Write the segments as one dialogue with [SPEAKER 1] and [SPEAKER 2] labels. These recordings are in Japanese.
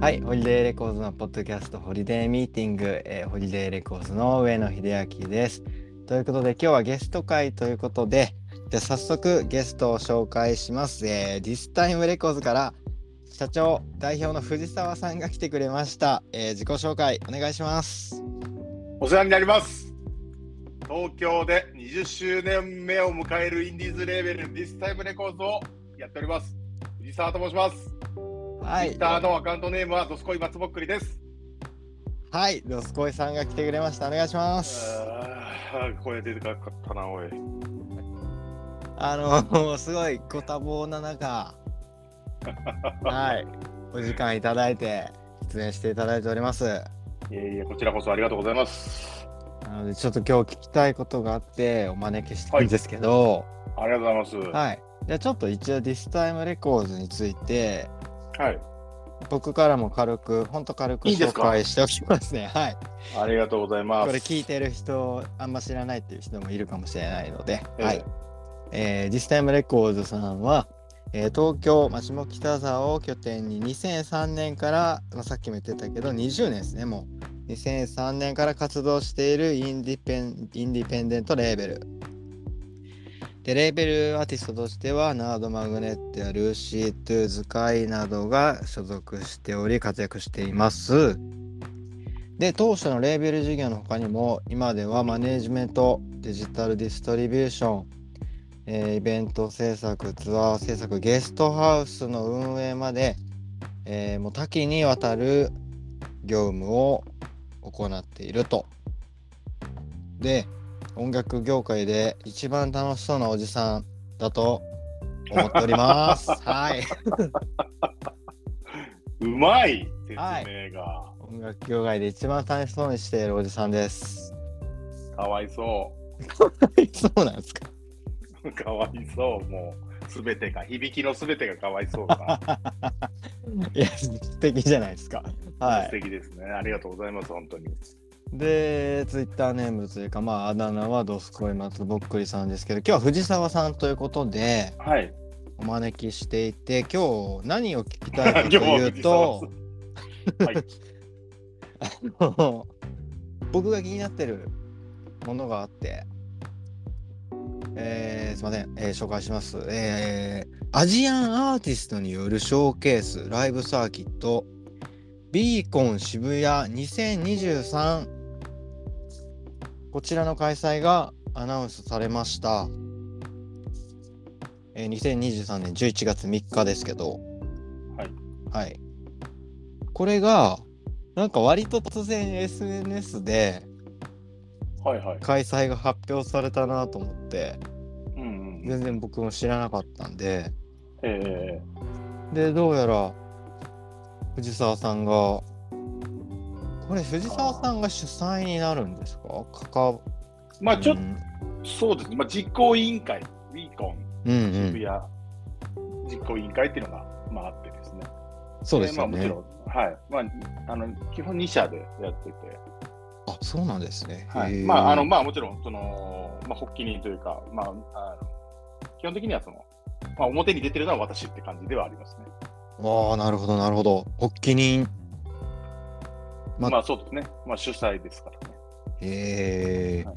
[SPEAKER 1] はい、ホリデーレコーズのポッドキャスト、ホリデーミーティング、えーホリデーレコーズの上野秀明です。ということで、今日はゲスト会ということで、じゃあ早速ゲストを紹介します。えー、ディスタイムレコーズから社長、代表の藤沢さんが来てくれました。えー自己紹介お願いします。
[SPEAKER 2] お世話になります東京で20周年目を迎えるインディーズレーベルディスタイムレコーズをやっております藤沢と申します、
[SPEAKER 1] は
[SPEAKER 2] ツイ
[SPEAKER 1] い
[SPEAKER 2] ッタ、ーのアカウントネームはドスコイ松ぼっくりです
[SPEAKER 1] はい、ドスコイさんが来てくれました。お願いします。
[SPEAKER 2] あー声出てかかったなおい
[SPEAKER 1] あのーすごいご多忙な中、はい、お時間いただいて出演していただいております。
[SPEAKER 2] いやいやこちらこそありがとうございます
[SPEAKER 1] なのでちょっと今日聞きたいことがあってお招きしたんですけど、
[SPEAKER 2] ありがとうございます
[SPEAKER 1] はい、じゃあちょっと一応ディスタイムレコーズについて
[SPEAKER 2] はい、
[SPEAKER 1] 僕からも軽くほんと軽く
[SPEAKER 2] いいで
[SPEAKER 1] 紹
[SPEAKER 2] すか
[SPEAKER 1] 介しておきますね。はい。
[SPEAKER 2] ありがとうございます
[SPEAKER 1] これ聞いてる人あんま知らないっていう人もいるかもしれないので、
[SPEAKER 2] ええ
[SPEAKER 1] はい、えー、ディスタイムレコードさんは、えー東京、まあ、下北沢を拠点に2003年から、まあ、さっきも言ってたけど20年ですねもう2003年から活動しているインディペンインディペンデントレーベルでレーベルアーティストとしてはナード・マグネットやルーシー・トゥ・ズカイなどが所属しており活躍していますで当初のレーベル事業の他にも今ではマネージメントデジタルディストリビューション、えーイベント制作ツアー制作ゲストハウスの運営まで、えーもう多岐にわたる業務を行っていると。で音楽業界で一番楽しそうなおじさんだと思っております。はい。
[SPEAKER 2] うまい説明が、
[SPEAKER 1] 音楽業界で一番楽しそうにしているおじさんです。
[SPEAKER 2] かわいそ
[SPEAKER 1] そうなんですか
[SPEAKER 2] う かわいそうもうすべてが響きのすべてがかわいそうだ
[SPEAKER 1] いや、素敵じゃないですか。は
[SPEAKER 2] 素敵ですね。ありがとうございます、本当に。
[SPEAKER 1] い。で、ツイッターネームというか、まあ、あだ名はドスコイマツぼっくりさんですけど、今日は藤沢さんということで、
[SPEAKER 2] はい。
[SPEAKER 1] お招きしていて、今日何を聞きたいかと いうと、
[SPEAKER 2] はい、
[SPEAKER 1] あの 僕が気になってるものがあって、えーすいません、えー紹介します、えーアジアンアーティストによるショーケース、ライブサーキット、ビーコン渋谷2023、こちらの開催がアナウンスされました。えー2023年11月3日ですけど、
[SPEAKER 2] はい。
[SPEAKER 1] はい。これが、なんか割と突然 SNS で
[SPEAKER 2] はい、はい。
[SPEAKER 1] 開催が発表されたなと思って
[SPEAKER 2] うん、うん。
[SPEAKER 1] 全然僕も知らなかったんで
[SPEAKER 2] え
[SPEAKER 1] でどうやら藤沢さんがこれ藤沢さんが主催になるんですかかか
[SPEAKER 2] ー、まあ、ちょっ
[SPEAKER 1] う
[SPEAKER 2] と、
[SPEAKER 1] ん
[SPEAKER 2] そうですね。まあ、実行委員会、ウィーコン
[SPEAKER 1] うんう
[SPEAKER 2] 渋谷
[SPEAKER 1] ん、
[SPEAKER 2] 実行委員会っていうのが、まあ、あってですね。
[SPEAKER 1] そうですよね
[SPEAKER 2] まあ、もちろん、はい。まあ、あの、基本2社でやってて、
[SPEAKER 1] あそうなんですね
[SPEAKER 2] は
[SPEAKER 1] へ
[SPEAKER 2] い。
[SPEAKER 1] ー
[SPEAKER 2] まあ、あの、まあ、もちろん、その、まあ、発起人というか、まあ、あの基本的には、その、まあ、表に出てるのは私って感じではありますね。
[SPEAKER 1] あーなるほどなるほど発起人ま
[SPEAKER 2] まあ、そうですね。まあ、主催ですからね。
[SPEAKER 1] ええ
[SPEAKER 2] はい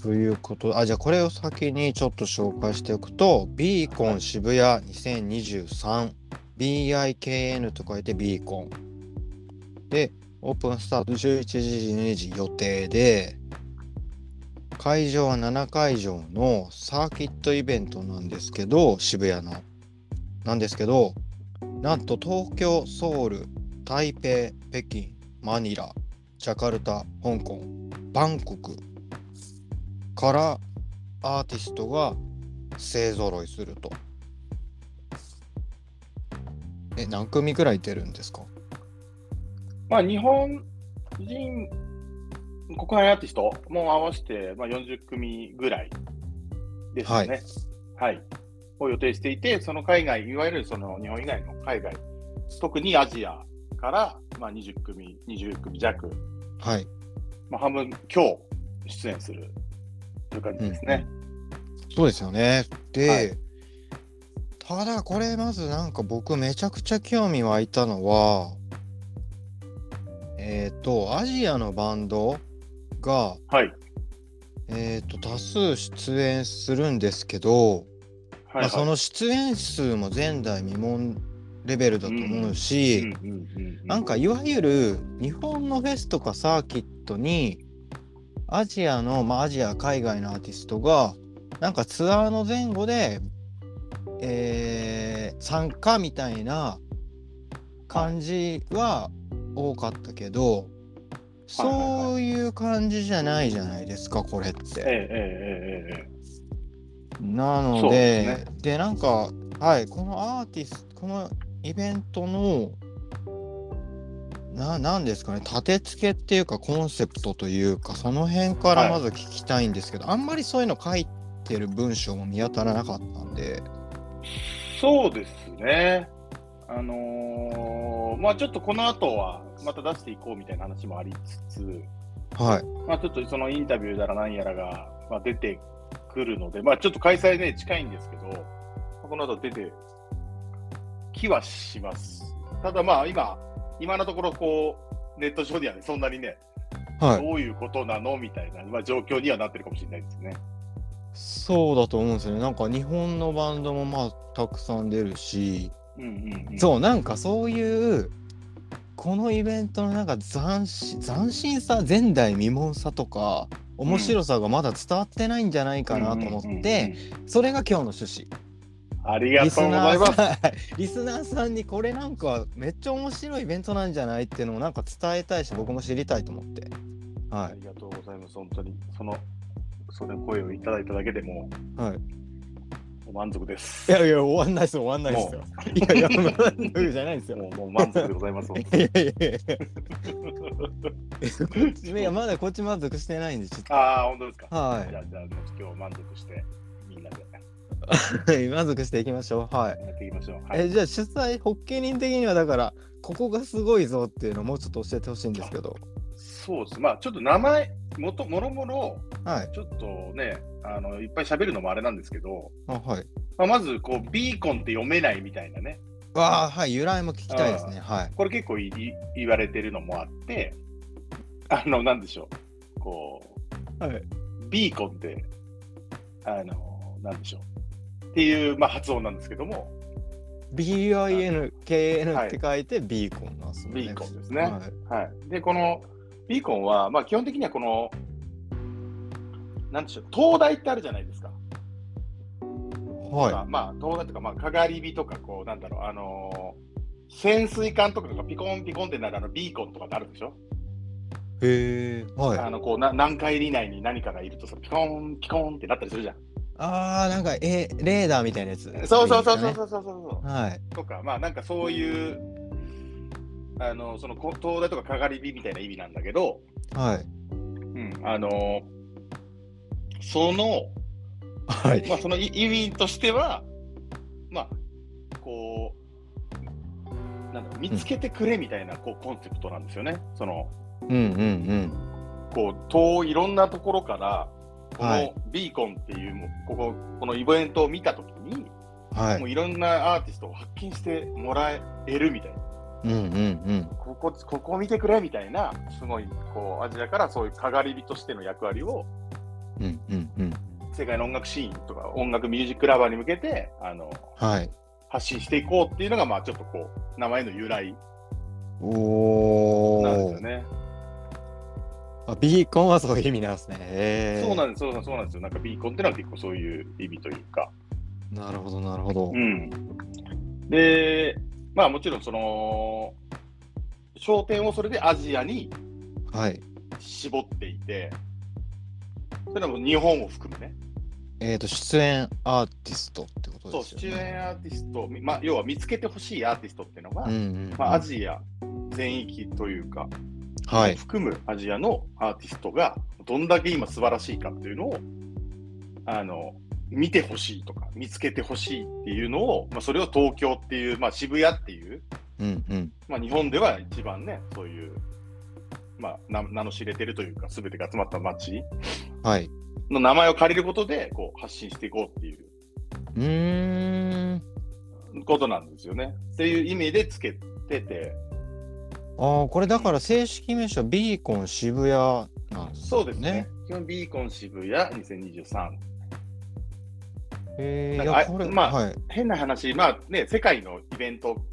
[SPEAKER 1] ということあじゃあこれを先にちょっと紹介しておくとビーコン渋谷 2023BIKN と書いてビーコンでオープンスタート11時12時予定で会場は7会場のサーキットイベントなんですけど渋谷のなんですけどなんと東京ソウル台北北京マニラジャカルタ、香港、バンコクからアーティストが勢ぞろいすると。え、何組くらい出るんですか
[SPEAKER 2] まあ、日本人、国内アーティストも合わせて、まあ、40組ぐらいですよね。はい。を予定していて、その海外、いわゆるその日本以外の海外、特にアジアから、まあ、20組、20組弱、
[SPEAKER 1] はい。
[SPEAKER 2] まあ、半分強出演するという感じですね。
[SPEAKER 1] そうですよね。で、ただこれまずなんか僕めちゃくちゃ興味湧いたのはえっ、とアジアのバンドが
[SPEAKER 2] はい。
[SPEAKER 1] えっ、と多数出演するんですけど、
[SPEAKER 2] はい、は
[SPEAKER 1] ま
[SPEAKER 2] い。
[SPEAKER 1] あ、その出演数も前代未聞レベルだと思うし、
[SPEAKER 2] うんうんうんうん
[SPEAKER 1] なんか、いわゆる日本のフェスとかサーキットにアジアの、まあ、アジア海外のアーティストがなんかツアーの前後で、えー参加みたいな感じは多かったけど、
[SPEAKER 2] はいはいはい
[SPEAKER 1] そういう感じじゃないじゃないですかこれっ
[SPEAKER 2] え
[SPEAKER 1] て
[SPEAKER 2] え。ええええええ
[SPEAKER 1] な
[SPEAKER 2] そ
[SPEAKER 1] ので、
[SPEAKER 2] うです
[SPEAKER 1] で、なんか、はい、このアーティスト、このイベントの、な、なんですかね、立て付けっていうか、コンセプトというか、その辺からまず聞きたいんですけど、あんまりそういうの書いてる文章も見当たらなかったんで、
[SPEAKER 2] そうですね。あのーまあちょっとこの後はまた出していこうみたいな話もありつつ、
[SPEAKER 1] はい、
[SPEAKER 2] まあちょっとそのインタビューだらなんやらが、まあ、出てくるので、まあちょっと開催ね、近いんですけど、この後出て気はします。ただまあ今、今のところこう、ネット上ではね、そんなにね、
[SPEAKER 1] はい、
[SPEAKER 2] どういうことなのみたいな、まあ、状況にはなってるかもしれないですね。
[SPEAKER 1] そうだと思うんですよね。なんか、日本のバンドも、まあ、たくさん出るし、
[SPEAKER 2] うんうんうん、
[SPEAKER 1] そう、なんかそういう、このイベントのなんか斬新斬新さ、前代未聞さとか、面白さがまだ伝わってないんじゃないかなと思
[SPEAKER 2] うんうんう
[SPEAKER 1] っ
[SPEAKER 2] ん
[SPEAKER 1] て、、それが今日の趣旨。
[SPEAKER 2] ありがとうございます。
[SPEAKER 1] さん、リスナー さんにこれなんかめっちゃ面白いイベントなんじゃないっていうのをなんか伝えたいし、僕も知りたいと思って。は
[SPEAKER 2] ありがとうございます。本当に、その、その声をいただいただけでも
[SPEAKER 1] い。はい。
[SPEAKER 2] う満足です
[SPEAKER 1] い。やいや、終わんないですよ、終わんないですよ。いやいや、 満足じゃないですよ。
[SPEAKER 2] もう、もう満足でございます。本当
[SPEAKER 1] い
[SPEAKER 2] に
[SPEAKER 1] やいやいやい や いや、まだこっち満足してないんで、ちょっと。
[SPEAKER 2] ああ、本当ですか。
[SPEAKER 1] はい。
[SPEAKER 2] じゃあ、じゃあ、今日満足して、みんなで
[SPEAKER 1] はい満足していきましょう。はい。
[SPEAKER 2] やっていきましょう。はい。
[SPEAKER 1] えじゃあ主催発起人的にはだからここがすごいぞっていうのをもうちょっと教えてほしいんですけど。
[SPEAKER 2] そうです。まあ、ちょっと名前、もと、もろもろ、
[SPEAKER 1] はい。
[SPEAKER 2] ちょっとね、あの、いっぱい喋るのもあれなんですけど、
[SPEAKER 1] あはい。
[SPEAKER 2] まあ、まず、こう、ビーコンって読めないみたいなね。
[SPEAKER 1] わあはい由来も聞きたいですね。はい。
[SPEAKER 2] これ結構いい言われてるのもあって、あの、なんでしょう、こ
[SPEAKER 1] はい。
[SPEAKER 2] う、ビーコンって、あの、なんでしょう、っていう、まあ、発音なんですけども、
[SPEAKER 1] B I N K N
[SPEAKER 2] はい
[SPEAKER 1] って書いてビーコンなんですね。
[SPEAKER 2] ビーコンですね
[SPEAKER 1] はい。
[SPEAKER 2] はい。で、このビーコンは、まあ、基本的にはこの、なんでしょう、灯台ってあるじゃないですか。
[SPEAKER 1] は
[SPEAKER 2] まあまあ、灯台とか、まあ、かがり火とか、こう、なんだろう、あの潜水艦とかがピコンピコンってなるあのビーコンとかってあるでしょ、
[SPEAKER 1] い。へえ。はい。
[SPEAKER 2] あ
[SPEAKER 1] あ
[SPEAKER 2] のこうな何回以内に何かがいるとさピコンピコンってなったりするじゃん。
[SPEAKER 1] あーなんかえレーダーみたいなやつ。
[SPEAKER 2] そうそうそうそう
[SPEAKER 1] う。
[SPEAKER 2] そうそうそ
[SPEAKER 1] はい。
[SPEAKER 2] う。とか、まあなんかそういう、あの、その、こ灯台とかかがり火みたいな意味なんだけど、
[SPEAKER 1] はい。
[SPEAKER 2] うん、あの、その、
[SPEAKER 1] はい。
[SPEAKER 2] まあそのい意味としては、まあ、こう、なんだろう見つけてくれみたいな、こう、コンセプトなんですよね。その、
[SPEAKER 1] うんうん
[SPEAKER 2] こう、遠いいろんなところから、こ
[SPEAKER 1] はい
[SPEAKER 2] のビーコンっていうも、ここ、このイベントを見たときに、
[SPEAKER 1] うん。は
[SPEAKER 2] も
[SPEAKER 1] い。
[SPEAKER 2] ういろんなアーティストを発見してもらえるみたいな、
[SPEAKER 1] うんうんうん。
[SPEAKER 2] ここここを見てくれみたいな、すごいこうアジアからそういうかがり火としての役割を、
[SPEAKER 1] うんうんうん。
[SPEAKER 2] 世界の音楽シーンとか、音楽ミュージックラバーに向けてあの
[SPEAKER 1] はい。
[SPEAKER 2] 発信していこうっていうのが、まあ、ちょっとこう、名前の由来
[SPEAKER 1] おお。
[SPEAKER 2] なんですよね。
[SPEAKER 1] あビーコンはそういう意味なんですね。へー
[SPEAKER 2] そうなんです、そうなんですそうなんですよ。なんかビーコンってのは結構そういう意味というか。
[SPEAKER 1] なるほどなるほど。
[SPEAKER 2] うん、で、まあもちろん、その、焦点をそれでアジアに
[SPEAKER 1] はい。
[SPEAKER 2] 絞っていて、それはもう日本を含むね、
[SPEAKER 1] えっ、と出演アーティストってこと
[SPEAKER 2] そう
[SPEAKER 1] です
[SPEAKER 2] 出
[SPEAKER 1] よね。
[SPEAKER 2] 演アーティスト、まあ、要は見つけてほしいアーティストっていうのが、
[SPEAKER 1] うんうんうん
[SPEAKER 2] まあ、アジア全域というか、
[SPEAKER 1] はい。
[SPEAKER 2] 含むアジアのアーティストが、どんだけ今素晴らしいかっていうのを、あの見てほしいとか、見つけてほしいっていうのを、まあ、それを東京っていう、まあ、渋谷っていう、
[SPEAKER 1] うんうん。
[SPEAKER 2] まあ、日本では一番ね、そういう、まあ、名名の知れてるというか、すべてが集まった街
[SPEAKER 1] はい。
[SPEAKER 2] の名前を借りることでこう発信していこうっていう
[SPEAKER 1] うーん。
[SPEAKER 2] ことなんですよね。っていう意味でつけてて、
[SPEAKER 1] ああ、これだから正式名称、ビーコン渋谷なんですね。
[SPEAKER 2] そうですね。基本ビーコン渋谷2023。
[SPEAKER 1] えー、い
[SPEAKER 2] なん
[SPEAKER 1] や、
[SPEAKER 2] かあ
[SPEAKER 1] これ、
[SPEAKER 2] まあ
[SPEAKER 1] はい。
[SPEAKER 2] 変な話、まあね、世界のイベントっ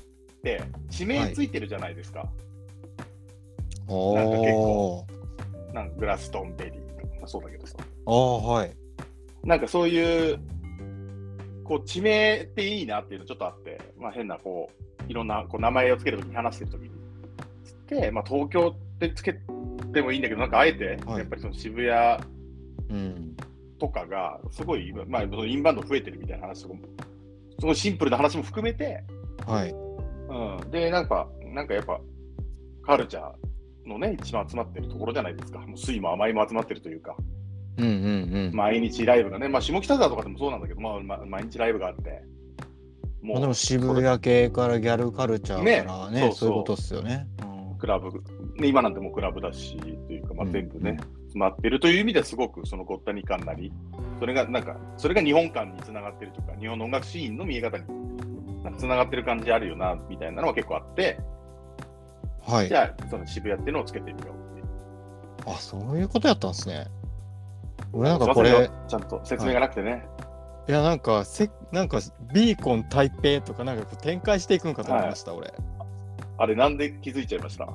[SPEAKER 2] て、地名ついてるじゃないですか。
[SPEAKER 1] お
[SPEAKER 2] なんか結
[SPEAKER 1] お
[SPEAKER 2] 構なんかグラストンベリーとか、まあそうだけどさ。
[SPEAKER 1] ああ、はい。
[SPEAKER 2] なんかそういう、こう、地名っていいなっていうのちょっとあって、まあ変な、こう、いろんなこう名前をつけるときに話してるときに、つって、まあ東京ってつけてもいいんだけど、なんかあえて、
[SPEAKER 1] はい
[SPEAKER 2] やっぱりその渋谷
[SPEAKER 1] うん。
[SPEAKER 2] とかが、すごい、まあ、そのインバウンド増えてるみたいな話とかも、すごいシンプルな話も含めて、
[SPEAKER 1] はい。
[SPEAKER 2] うん、で、なんか、なんかやっぱ、カルチャーのね、一番集まってるところじゃないですか。もう酸いも甘いも集まってるというか、
[SPEAKER 1] うんうんうん。
[SPEAKER 2] 毎日ライブがね、まあ、下北沢とかでもそうなんだけど、まあ、ま毎日ライブがあって、も
[SPEAKER 1] まあ、でも
[SPEAKER 2] う、
[SPEAKER 1] 渋谷系からギャルカルチャーからね、
[SPEAKER 2] ね
[SPEAKER 1] そういうこ
[SPEAKER 2] そ
[SPEAKER 1] と
[SPEAKER 2] う
[SPEAKER 1] っすよね。
[SPEAKER 2] クラブ、ね、今なんてもうクラブだし、というか、まあ、
[SPEAKER 1] うん
[SPEAKER 2] 全部ね、詰まってるという意味ですごく、そのごったに感なり、それが、なんか、それが日本感につながってるというか、日本の音楽シーンの見え方に、なんかつながってる感じあるよな、みたいなのは結構あって、
[SPEAKER 1] うんはい
[SPEAKER 2] じ。ゃあ、その渋谷っていうのをつけてみようっていう。
[SPEAKER 1] あ、そういうことやったんですね。俺なんかこ
[SPEAKER 2] すいま
[SPEAKER 1] れ
[SPEAKER 2] せ、んよちゃんと説明がなくてね。
[SPEAKER 1] いやなんかせ、なんかビーコン台北とかなんかこう展開していくんかと思いました、俺。
[SPEAKER 2] あれ、なんで気づいちゃいました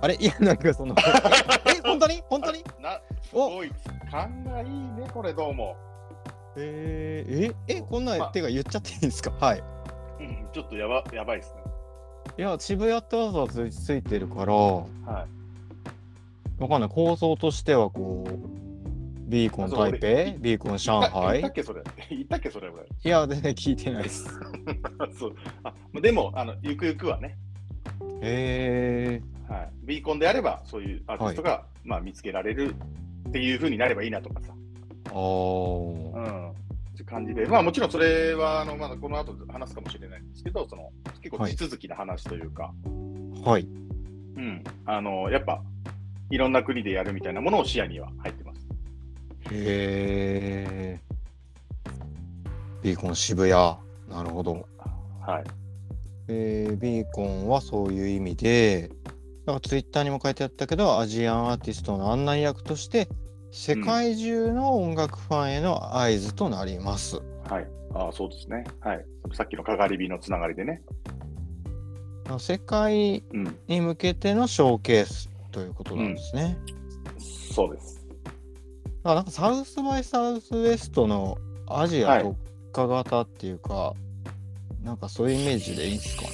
[SPEAKER 1] あれい や、なんかその、え、本当に本当 に
[SPEAKER 2] なす
[SPEAKER 1] お
[SPEAKER 2] ごい、勘がいいね、これ、どうも。
[SPEAKER 1] えー、え、え、こんなん、
[SPEAKER 2] まあ
[SPEAKER 1] てか言っちゃっていいんですかはい。
[SPEAKER 2] うんちょっとやばやばいですね。
[SPEAKER 1] いや、渋谷ってわざわざついてるから、わ
[SPEAKER 2] はい。
[SPEAKER 1] かんない。構想としては、こう、ビーコン
[SPEAKER 2] あそう
[SPEAKER 1] 台
[SPEAKER 2] 俺
[SPEAKER 1] 北、ビーコン上
[SPEAKER 2] 言った
[SPEAKER 1] 海
[SPEAKER 2] っ。け、それ。 言ったっけ、それ、俺。
[SPEAKER 1] いや、全然聞いてないです。
[SPEAKER 2] そうあまでもあの、ゆくゆくはね、
[SPEAKER 1] え
[SPEAKER 2] はい、ビーコンであれば、そういうアーティストが、まあ、見つけられるっていうふうになればいいなとかさ、
[SPEAKER 1] ー、あ
[SPEAKER 2] う
[SPEAKER 1] あ、
[SPEAKER 2] ん、っていう感じで、まあ、もちろんそれはあの、まだこの後話すかもしれないんですけど、その結構
[SPEAKER 1] はい
[SPEAKER 2] 地続きな話というか、
[SPEAKER 1] はい。
[SPEAKER 2] うん、あのやっぱいろんな国でやるみたいなものを視野には入ってます。
[SPEAKER 1] えー、ビーコン渋谷。なるほど。
[SPEAKER 2] はい、
[SPEAKER 1] えー、ビーコンはそういう意味で、なんかツイッターにも書いてあったけど、アジアンアーティストの案内役として、世界中の音楽ファンへの合図となります。
[SPEAKER 2] はい、ああそうですね、はい、さっきのかがり火のつながりでね、
[SPEAKER 1] 世界
[SPEAKER 2] うん、
[SPEAKER 1] に向けてのショーケースということなんですね。
[SPEAKER 2] そうです。
[SPEAKER 1] だからなんかサウスバイサウスウエストのアジ
[SPEAKER 2] は
[SPEAKER 1] ア
[SPEAKER 2] い
[SPEAKER 1] 特化型っていうか、なんかそういうイメージでいいんですかね。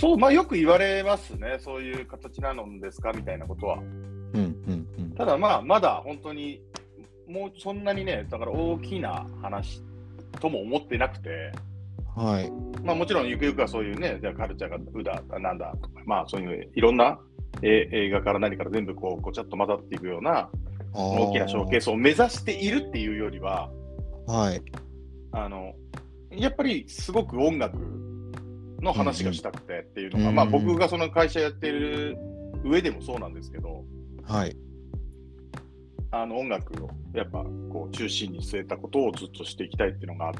[SPEAKER 2] そう、まあ、よく言われますね、そういう形なのですかみたいなことは。
[SPEAKER 1] うんうんうん。
[SPEAKER 2] ただまあ、まだ本当に、もうそんなにね、だから大きな話とも思ってなくて、
[SPEAKER 1] はい。
[SPEAKER 2] まあもちろんゆくゆくはそういうね、じゃあカルチャーがうだ、なんだとか、まあそういういろんなえ映画から何から全部こうごちゃっと混ざっていくような大きなショーケー
[SPEAKER 1] ス。
[SPEAKER 2] スを目指しているっていうよりは、
[SPEAKER 1] はい。
[SPEAKER 2] あの、やっぱりすごく音楽の話がしたくてっていうのが、
[SPEAKER 1] うん
[SPEAKER 2] まあ僕がその会社やってる上でもそうなんですけど、
[SPEAKER 1] はい。
[SPEAKER 2] あの音楽をやっぱこう中心に据えたことをずっとしていきたいっていうのがあっ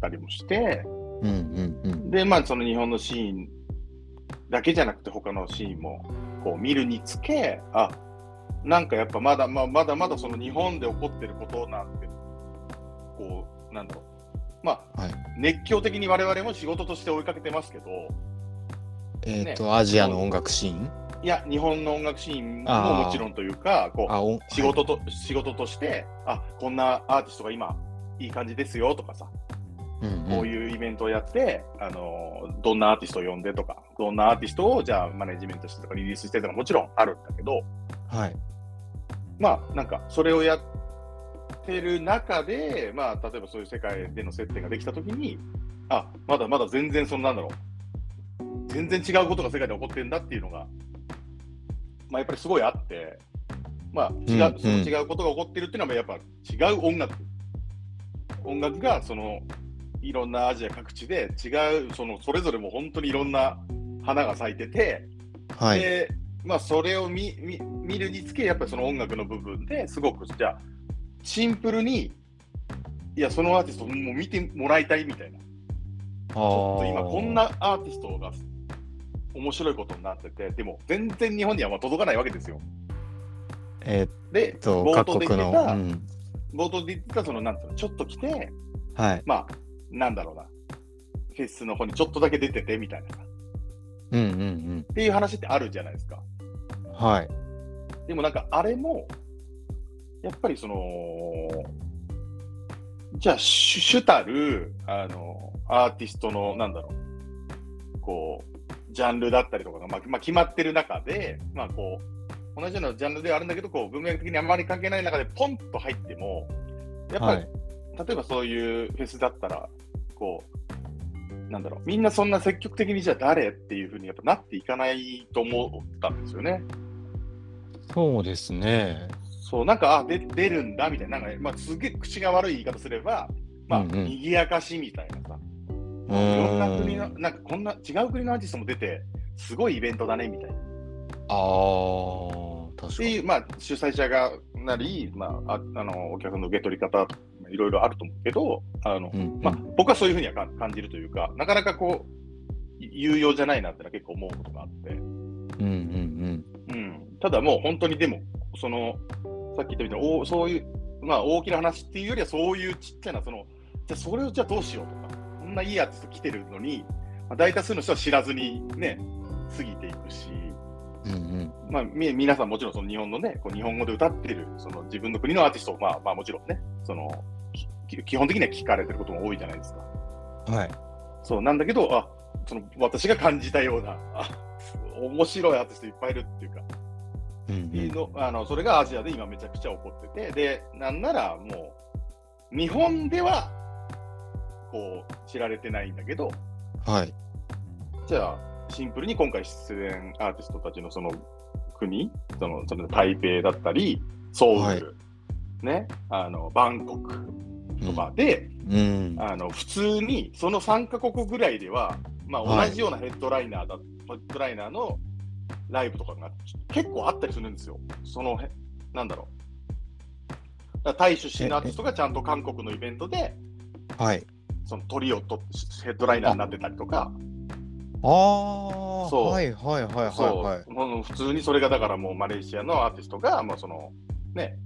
[SPEAKER 2] たりもして
[SPEAKER 1] うんうんうん。
[SPEAKER 2] でまあその日本のシーンだけじゃなくて他のシーンもこう見るにつけあなんかやっぱまだ,、まあ、まだまだその日本で起こってることなんてこうなんだろうまあ、
[SPEAKER 1] はい
[SPEAKER 2] 熱狂的に我々も仕事として追いかけてますけど
[SPEAKER 1] えっ、と、アジアの音楽シーン
[SPEAKER 2] いや日本の音楽シーン
[SPEAKER 1] あ
[SPEAKER 2] も
[SPEAKER 1] ー
[SPEAKER 2] もちろんというかこう
[SPEAKER 1] あ、お
[SPEAKER 2] 仕事と、仕事として、あこんなアーティストが今、いい感じですよとかさ、
[SPEAKER 1] はいうん
[SPEAKER 2] こ
[SPEAKER 1] う
[SPEAKER 2] う
[SPEAKER 1] ん
[SPEAKER 2] いうイベントをやって、あのどんなアーティストを呼んでとか、どんなアーティストをじゃあマネジメントしてとか、リリースしてとか、もちろんあるんだけど、
[SPEAKER 1] はい。
[SPEAKER 2] まあ、なんか、それをやってる中で、まあ、例えばそういう世界での接点ができたときに、あまだまだ全然、そのなんだろう、全然違うことが世界で起こってんだっていうのが、まあ、やっぱりすごいあって、まあ、違
[SPEAKER 1] うん
[SPEAKER 2] う、その違うことが起こってるっていうのは、やっぱ違う音楽。音楽が、その、いろんなアジア各地で違う、その、それぞれもう本当にいろんな花が咲いてて、
[SPEAKER 1] はい。
[SPEAKER 2] で、まあ、それを見見見るにつけ、やっぱりその音楽の部分ですごく、じゃあ、シンプルに、いや、そのアーティストもう見てもらいたいみたいな、
[SPEAKER 1] ち
[SPEAKER 2] ちょっと今こんなアーティストが面白いことになってて、でも全然日本にはまあ届かないわけですよ。
[SPEAKER 1] えーっ
[SPEAKER 2] で、
[SPEAKER 1] と
[SPEAKER 2] 冒頭
[SPEAKER 1] 各
[SPEAKER 2] で言
[SPEAKER 1] 国
[SPEAKER 2] っ
[SPEAKER 1] の
[SPEAKER 2] て、た、
[SPEAKER 1] うん、
[SPEAKER 2] 冒頭で言ってた、その、なんていうの、ちょっと来て、
[SPEAKER 1] はい、
[SPEAKER 2] まあ、なんだろうな、フェスの方にちょっとだけ出ててみたいなさ、
[SPEAKER 1] うんうん
[SPEAKER 2] っていう話ってあるじゃないですか。
[SPEAKER 1] うん、はい、
[SPEAKER 2] でもなんか、あれも、やっぱりその、じゃあ、主主たる、あの、アーティストの、なんだろう、こう、ジャンルだったりとかが、まあ、まあ、決まってる中で、まあ、こう、同じようなジャンルではあるんだけど、こう、文脈的にあまり関係ない中で、ポンと入っても、やっぱ
[SPEAKER 1] は
[SPEAKER 2] り
[SPEAKER 1] い、
[SPEAKER 2] 例えばそういうフェスだったら、こう、なんだろう、みんなそんな積極的にじゃあ誰っていうふうにやっぱなっていかないと思ったんですよね。
[SPEAKER 1] そうですね。
[SPEAKER 2] そう、なんか、あ、で出るんだみたいな、なんか、まあ、すげえ口が悪い言い方すれば、まあ、
[SPEAKER 1] うんうん
[SPEAKER 2] 賑やかしみたいなさ、
[SPEAKER 1] う
[SPEAKER 2] いろんな
[SPEAKER 1] ー
[SPEAKER 2] 国の、
[SPEAKER 1] ん
[SPEAKER 2] なんかこんな違う国のアーティストも出て、すごいイベントだねみたいな。っ
[SPEAKER 1] ああ、確か
[SPEAKER 2] てい
[SPEAKER 1] に。
[SPEAKER 2] う、まあ、主催者がなり、まあ、ああのお客さんの受け取り方、いろいろあると思うけど、あの、
[SPEAKER 1] うん
[SPEAKER 2] まあ、僕はそういうふうにはか感じるというか、なかなかこう、い有用じゃないなってのは結構思うことがあって、
[SPEAKER 1] うんうん
[SPEAKER 2] うん、ただもう本当にでも、その、さっき言ったみたいに、おそういう、まあ、大きな話っていうよりは、そういうちっちゃな、その、じゃあそれをじゃあどうしようとか、こんないいアーティスト来てるのに、まあ、大多数の人は知らずにね、過ぎていくし、
[SPEAKER 1] うん。うんうん
[SPEAKER 2] まあ、み皆さんもちろんその日本のね、こう日本語で歌ってる、その自分の国のアーティストを、まあ、まあもちろんね、その、き基本的には聞かれてることも多いじゃないですか。
[SPEAKER 1] はい。
[SPEAKER 2] そうなんだけど、あその私が感じたような、あ面白いアーティストいっぱいいるっていうか、
[SPEAKER 1] うん
[SPEAKER 2] いいのあのそれがアジアで今めちゃくちゃ起こってて、で、なんならもう、日本ではこう知られてないんだけど、
[SPEAKER 1] うんはい。
[SPEAKER 2] じゃあ、シンプルに今回出演アーティストたちのその国、そのその台北だったり、ソウル、
[SPEAKER 1] はい
[SPEAKER 2] ね、あのバンコク
[SPEAKER 1] う
[SPEAKER 2] と
[SPEAKER 1] ん
[SPEAKER 2] かで、
[SPEAKER 1] うん。
[SPEAKER 2] あの普通にその3カ国ぐらいでは、まあ、
[SPEAKER 1] はい
[SPEAKER 2] 同じようなヘッドライナーだ、ヘッドライナーのライブとかが結構あったりするんですよ。そのへなんだろう。だからタイ出身のアーティストがちゃんと韓国のイベントで
[SPEAKER 1] はい。
[SPEAKER 2] そのトリオとヘッドライナーになってたりとか、
[SPEAKER 1] ああ、
[SPEAKER 2] そう
[SPEAKER 1] はいはいはいはい
[SPEAKER 2] そう
[SPEAKER 1] はい。
[SPEAKER 2] もう普通にそれがだからもうマレーシアのアーティストが、まあ、そのね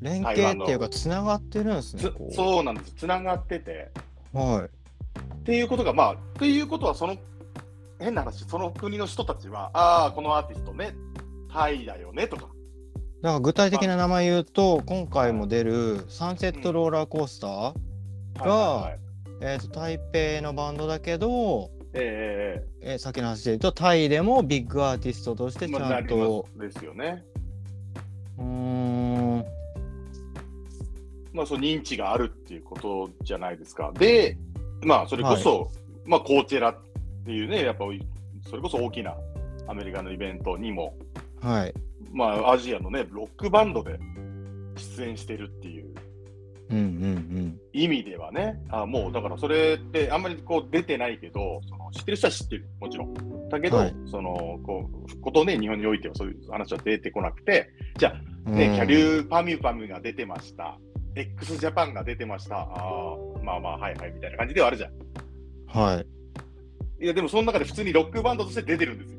[SPEAKER 1] 連携っていうか、つながってるんですね
[SPEAKER 2] つ。
[SPEAKER 1] こう
[SPEAKER 2] そうなんですつながってて。
[SPEAKER 1] はい。
[SPEAKER 2] っていうことが、まあ、っていうことは、その、変な話、その国の人たちは、ああ、このアーティストね、タイだよね、とか。
[SPEAKER 1] だから具体的な名前言うと、今回も出るサンセットローラーコースター、が
[SPEAKER 2] はいはいはい
[SPEAKER 1] えーと台北のバンドだけど、
[SPEAKER 2] え
[SPEAKER 1] えー、さっきの話で言うとタイでもビッグアーティストとし
[SPEAKER 2] ええ
[SPEAKER 1] て
[SPEAKER 2] え
[SPEAKER 1] ち
[SPEAKER 2] まあ
[SPEAKER 1] ゃんと、
[SPEAKER 2] なりますですよね。
[SPEAKER 1] うーん
[SPEAKER 2] まあ、その認知があるっていうことじゃないですか。で、まあ、それこそ、まあ、コーチェラっていうね、やっぱ、それこそ大きなアメリカのイベントにも、
[SPEAKER 1] はい、
[SPEAKER 2] まあ、アジアのね、ロックバンドで出演してるっていう
[SPEAKER 1] うんうん
[SPEAKER 2] 意味ではね、あもうだからそれってあんまりこう出てないけど、その知ってる人は知ってる、もちろん。だけど、
[SPEAKER 1] はい
[SPEAKER 2] そのこうことね、日本においてはそういう話は出てこなくて、
[SPEAKER 1] うん。
[SPEAKER 2] ね、
[SPEAKER 1] うん
[SPEAKER 2] キャリューパミュパミュが出てました、x ジャパンが出てました、あーまあまあ、はいはいみたいな感じではあるじゃん。
[SPEAKER 1] はい。
[SPEAKER 2] いや、でもその中で普通にロックバンドとして出てるんですよ。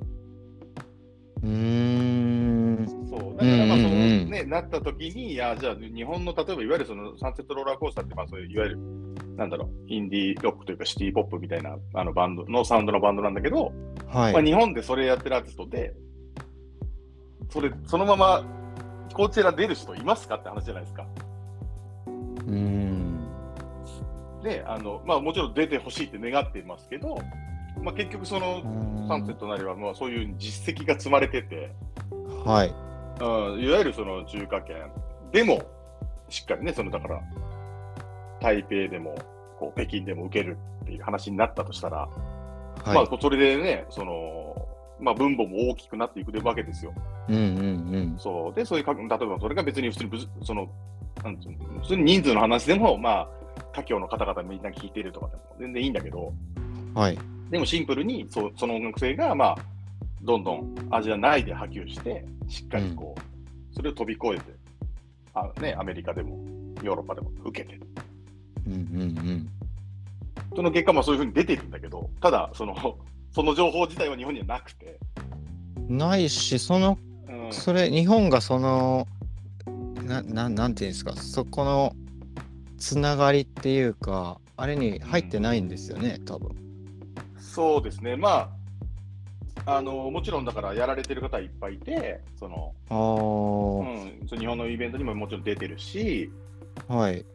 [SPEAKER 1] うーん。
[SPEAKER 2] そうだからまあそ
[SPEAKER 1] う
[SPEAKER 2] の、
[SPEAKER 1] んうんうん
[SPEAKER 2] ね、なった時に、いやじゃあ日本の例えばいわゆるそのサンセットローラーコースターって、まあ、そういういわゆるなんだろう、インディーロックというかシティポップみたいなあのバンドのサウンドのバンドなんだけど、
[SPEAKER 1] はい。
[SPEAKER 2] まあ、日本でそれやってるアーティストで、それ、そのまま、こちら出る人いますかって話じゃないですか。
[SPEAKER 1] うーん。
[SPEAKER 2] で、あの、まあ、もちろん出てほしいって願っていますけど、まあ、結局その、サンセットなりは、まあ、そういう実績が積まれてて、
[SPEAKER 1] はい。
[SPEAKER 2] うん、いわゆるその中華圏でも、しっかりね、その、だから、台北でも、こう北京でも受けるっていう話になったとしたら、
[SPEAKER 1] はい。
[SPEAKER 2] まあ、それでね、その、まあ、分母も大きくなっていくわけですよ。
[SPEAKER 1] うんうん
[SPEAKER 2] そうで、そういうか、例えばそれが別に普通にぶつ、その、なんつうの普通に人数の話でも、まあ、他教の方々みんな聞いてるとかでも全然いいんだけど、
[SPEAKER 1] うん。はい。
[SPEAKER 2] でもシンプルにそその音楽性が、まあ、どんどんアジア内で波及して、しっかりこう、それを飛び越えて、あね、アメリカでも、ヨーロッパでも受けてっ
[SPEAKER 1] うんうん
[SPEAKER 2] その結果、まあそういうふうに出てるんだけど、ただ、その、 その情報自体は日本にはなくて。
[SPEAKER 1] ないし、その、
[SPEAKER 2] うん、
[SPEAKER 1] それ、日本がその、なななんていうんですか、そこのつながりっていうか、あれに入ってないんですよね、多分。
[SPEAKER 2] そうですね、まあ、あのもちろんだからやられてる方はいっぱいいて、そのう
[SPEAKER 1] あ
[SPEAKER 2] ん、その日本のイベントにももちろん出てるし、
[SPEAKER 1] あ、はい。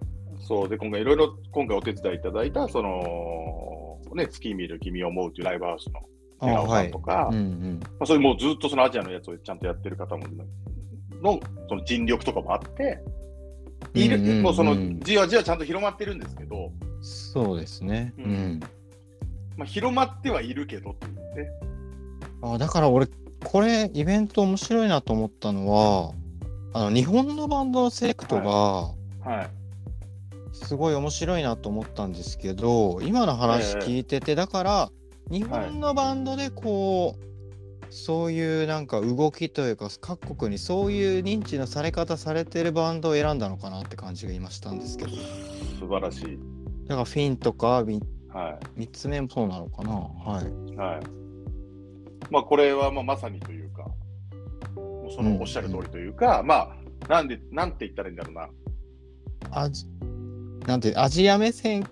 [SPEAKER 2] そうで今回いろいろ今回お手伝いいただいた、そのね、月見る君を思うっていうライブハウスの
[SPEAKER 1] あ
[SPEAKER 2] 寺
[SPEAKER 1] あ
[SPEAKER 2] 尾さ
[SPEAKER 1] は
[SPEAKER 2] ん
[SPEAKER 1] い
[SPEAKER 2] と。か、
[SPEAKER 1] うんう
[SPEAKER 2] ま
[SPEAKER 1] ん。
[SPEAKER 2] あ、そういうもうずっとそのアジアのやつをちゃんとやってる方ものその尽力とかもあって、いる
[SPEAKER 1] うんうんうん
[SPEAKER 2] もうそのじわじわちゃんと広まってるんですけど、
[SPEAKER 1] そうですね。
[SPEAKER 2] う
[SPEAKER 1] うんん。
[SPEAKER 2] まあ、広まってはいるけどっていうね。
[SPEAKER 1] あだから俺これイベント面白いなと思ったのはあの日本のバンドのセレクトが
[SPEAKER 2] はい
[SPEAKER 1] すごい面白いなと思ったんですけど今の話
[SPEAKER 2] ええ
[SPEAKER 1] 聞いててだから日本のバンドでこう、そういうなんか動きというか各国にそういう認知のされ方されてるバンドを選んだのかなって感じが今したんですけどだ
[SPEAKER 2] 素晴らしい。
[SPEAKER 1] からフィンとかみ
[SPEAKER 2] はい
[SPEAKER 1] 三つ目もそうなのかなはい
[SPEAKER 2] はい。まあ、これはまあまさにというか、もうそのおっしゃる通りというか、まあ、なんで、なんて言ったらいいんだろうな。
[SPEAKER 1] アジなんてアジア目線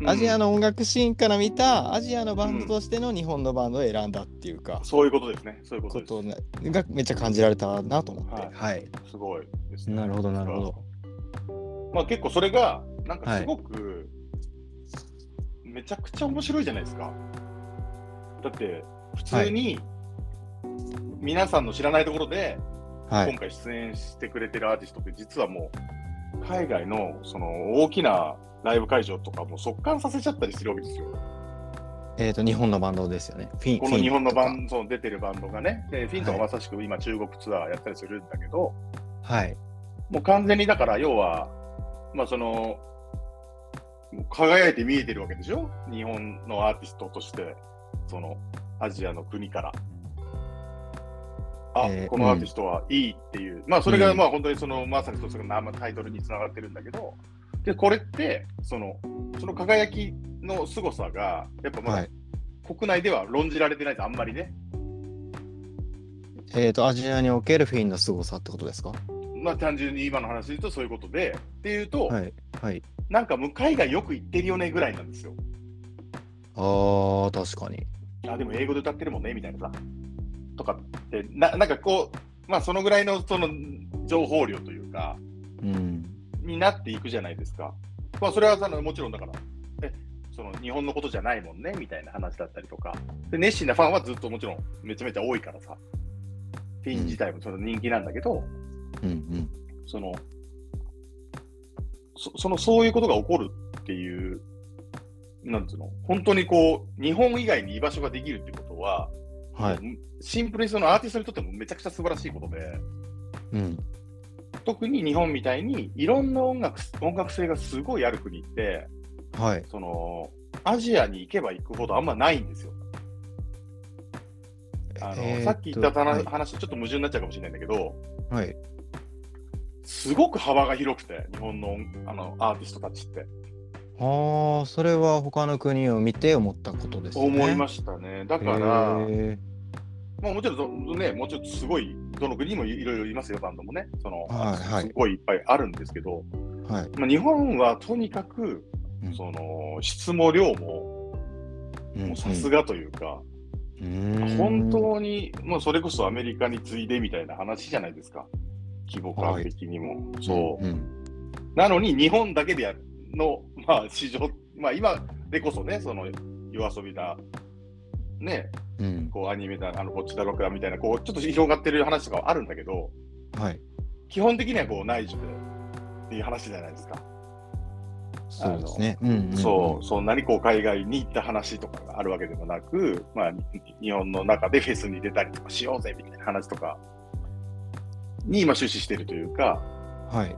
[SPEAKER 2] うん
[SPEAKER 1] アジアの音楽シーンから見たアジアのバンドとしての日本のバンドを選んだっていうか、
[SPEAKER 2] そういうことですね。そういうこと
[SPEAKER 1] こ
[SPEAKER 2] です。
[SPEAKER 1] とながめっちゃ感じられたなと思って。
[SPEAKER 2] はい
[SPEAKER 1] はい。
[SPEAKER 2] すごいですね。
[SPEAKER 1] なるほどなるほど。
[SPEAKER 2] まあ、結構それが、なんかすごく、めちゃくちゃ面白いじゃないですか。だって、普通に、皆さんの知らないところで、
[SPEAKER 1] はい。
[SPEAKER 2] 今回出演してくれてるアーティストって実はもう海外のその大きなライブ会場とかも速乾させちゃったりするわけですよ。
[SPEAKER 1] えっ、と日本のバンドですよね。フィン
[SPEAKER 2] この日本のバン
[SPEAKER 1] ド。
[SPEAKER 2] ド、そう出てるバンドがね、でフィンとか
[SPEAKER 1] は
[SPEAKER 2] まさしく今中国ツアーやったりするんだけど、
[SPEAKER 1] はい。
[SPEAKER 2] もう完全にだから要は、まあその、もう輝いて見えてるわけでしょ日本のアーティストとして、そのアジアの国から。あ、
[SPEAKER 1] えー
[SPEAKER 2] このアーティストはいいっていう。まあそれが
[SPEAKER 1] うん
[SPEAKER 2] まあ本当にその、まさに一つの生タイトルにつながってるんだけど、で、これって、その、その輝きの凄さが、やっぱまあ、
[SPEAKER 1] はい。
[SPEAKER 2] 国内では論じられてないです、あんまりね。
[SPEAKER 1] えっ、とアジアにおけるフィンの凄さってことですか。
[SPEAKER 2] まあ単純に今の話で言うとそういうことで、っていうと、
[SPEAKER 1] はい。はい。
[SPEAKER 2] なんかもう海外よく行ってるよねぐらいなんですよ。
[SPEAKER 1] ああ確かに。
[SPEAKER 2] あでも英語で歌ってるもんねみたいなさとかってななんかこうまあそのぐらいのその情報量というか
[SPEAKER 1] うん。
[SPEAKER 2] になっていくじゃないですか。まあそれはそのもちろんだからえその日本のことじゃないもんねみたいな話だったりとかで熱心なファンはずっともちろんめちゃめちゃ多いからさフィン自体もその人気なんだけど、
[SPEAKER 1] うん
[SPEAKER 2] そのそそのそういうことが起こるっていうなんつうの本当にこう日本以外に居場所ができるってことは
[SPEAKER 1] うん。はい。
[SPEAKER 2] シンプルにそのアーティストにとってもめちゃくちゃ素晴らしいことで、
[SPEAKER 1] うん。
[SPEAKER 2] 特に日本みたいにいろんな音楽音楽性がすごいある国って、
[SPEAKER 1] はい。
[SPEAKER 2] そのアジアに行けば行くほどあんまないんですよ。あの
[SPEAKER 1] えーと
[SPEAKER 2] さっき言った話、
[SPEAKER 1] はい
[SPEAKER 2] 話とちょっと矛盾になっちゃうかもしれないんだけど、
[SPEAKER 1] はい。
[SPEAKER 2] すごく幅が広くて、日本のあのアーティストたちって。
[SPEAKER 1] ああそれは他の国を見て思ったことですね。
[SPEAKER 2] 思いま
[SPEAKER 1] し
[SPEAKER 2] したね。だ
[SPEAKER 1] た
[SPEAKER 2] から、まあ、もちろんそ、ね、もうちょっとすごい、どの国にもいろいろいますよ、バンドもね。その
[SPEAKER 1] はいはい
[SPEAKER 2] すごいいっぱいあるんですけど、
[SPEAKER 1] はい。
[SPEAKER 2] まあ、日本はとにかく、
[SPEAKER 1] うん
[SPEAKER 2] その質も量ももうさすがというか、
[SPEAKER 1] うん
[SPEAKER 2] 本当に、まあ、それこそアメリカに次いでみたいな話じゃないですか、規模感的にも。そう、
[SPEAKER 1] んん
[SPEAKER 2] なのに日本だけでやるの、まあ、市場、まあ、今でこそね、その夜遊びだ、ね、
[SPEAKER 1] うん、
[SPEAKER 2] こうアニメだ、あのこっちだろくだみたいな、こうちょっと広がってる話とかはあるんだけど、
[SPEAKER 1] はい。
[SPEAKER 2] 基本的にはこう内需でっていう話じゃないですか。
[SPEAKER 1] そうですね。うんうんうん
[SPEAKER 2] そう、そんなにこう海外に行った話とかがあるわけでもなく、まあ、に日本の中でフェスに出たりとかしようぜみたいな話とかに今、終始しているというか、
[SPEAKER 1] はい。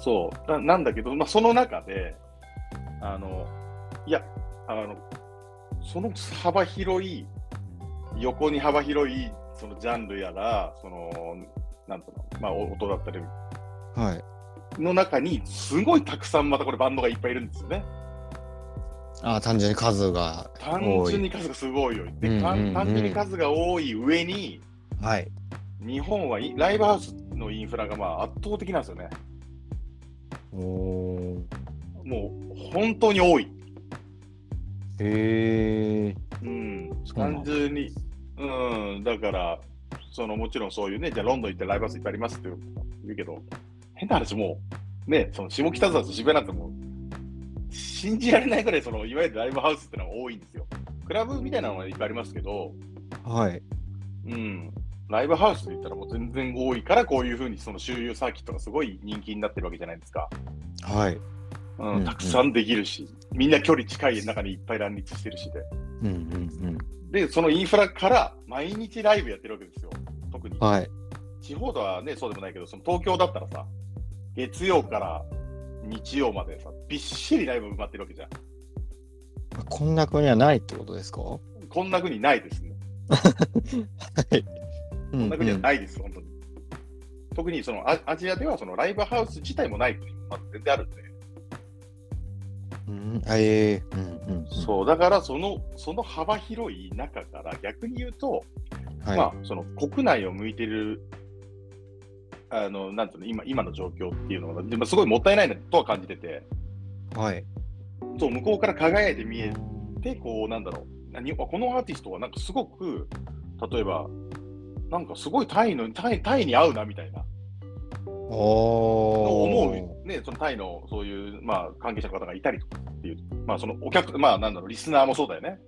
[SPEAKER 2] そうななんだけど、まあ、その中で、あのいやあの、その幅広い、横に幅広いそのジャンルやら、そのなんとの、まあ、お音だったり
[SPEAKER 1] はい。
[SPEAKER 2] の中に、すごいたくさんまたこれ、バンドがいっぱいいるんですよね。
[SPEAKER 1] あ単純に数が
[SPEAKER 2] 単純に数がすごいよ。で、
[SPEAKER 1] うんうんうん
[SPEAKER 2] 単単純に数が多い上に、
[SPEAKER 1] はい
[SPEAKER 2] 日本はいライブハウスのインフラがまあ圧倒的なんですよね。
[SPEAKER 1] お
[SPEAKER 2] もう本当に多い。
[SPEAKER 1] へえ
[SPEAKER 2] うん、
[SPEAKER 1] そうなん
[SPEAKER 2] 単
[SPEAKER 1] だ
[SPEAKER 2] 純に。うん、だから、そのもちろんそういうね、じゃあロンドン行ってライブハウスいっぱいありますって言うけど、変な話、もう、ね、その下北沢と渋谷なんてもう、信じられないぐらい、そのいわゆるライブハウスってのは多いんですよ。クラブみたいなのはいっぱいありますけど、
[SPEAKER 1] はい
[SPEAKER 2] うん、ライブハウスで言ったらもう全然多いから、こういうふうにその周遊サーキットがすごい人気になってるわけじゃないですか。
[SPEAKER 1] はい
[SPEAKER 2] うん、
[SPEAKER 1] うんうん
[SPEAKER 2] たくさんできるし、みんな距離近い中にいっぱい乱立してるしで。
[SPEAKER 1] うんうん
[SPEAKER 2] で、そのインフラから毎日ライブやってるわけですよ。特に
[SPEAKER 1] うん。はい
[SPEAKER 2] 地方とはね、そうでもないけど、その東京だったらさ、月曜から日曜までさ、びっしりライブ埋まってるわけじゃん。
[SPEAKER 1] こんな国はないってことですかは
[SPEAKER 2] こんな国ないですね。
[SPEAKER 1] いこ
[SPEAKER 2] こんな国は
[SPEAKER 1] は
[SPEAKER 2] ないです、本当に。特にそのアアジアではそのライブハウス自体もない国もまあ全然あるんで。
[SPEAKER 1] うんあええうんうんうん
[SPEAKER 2] そう、だからその、その幅広い中から逆に言うと、
[SPEAKER 1] はい
[SPEAKER 2] まあ、その国内を向いてる、あの、なんていうの、今、今の状況っていうのが、でもすごいもったいないなとは感じてて、
[SPEAKER 1] はい
[SPEAKER 2] そう、向こうから輝いて見えて、こう、なんだろう、何このアーティストはなんかすごく、例えば、なんかすごいタイの、タイ、タイに合うなみたいな、
[SPEAKER 1] お
[SPEAKER 2] の
[SPEAKER 1] お
[SPEAKER 2] 思う、ね、そのタイのそういう、まあ、関係者の方がいたりとかっていう、まあ、そのお客、まあ、なんだろう、リスナーもそうだよね。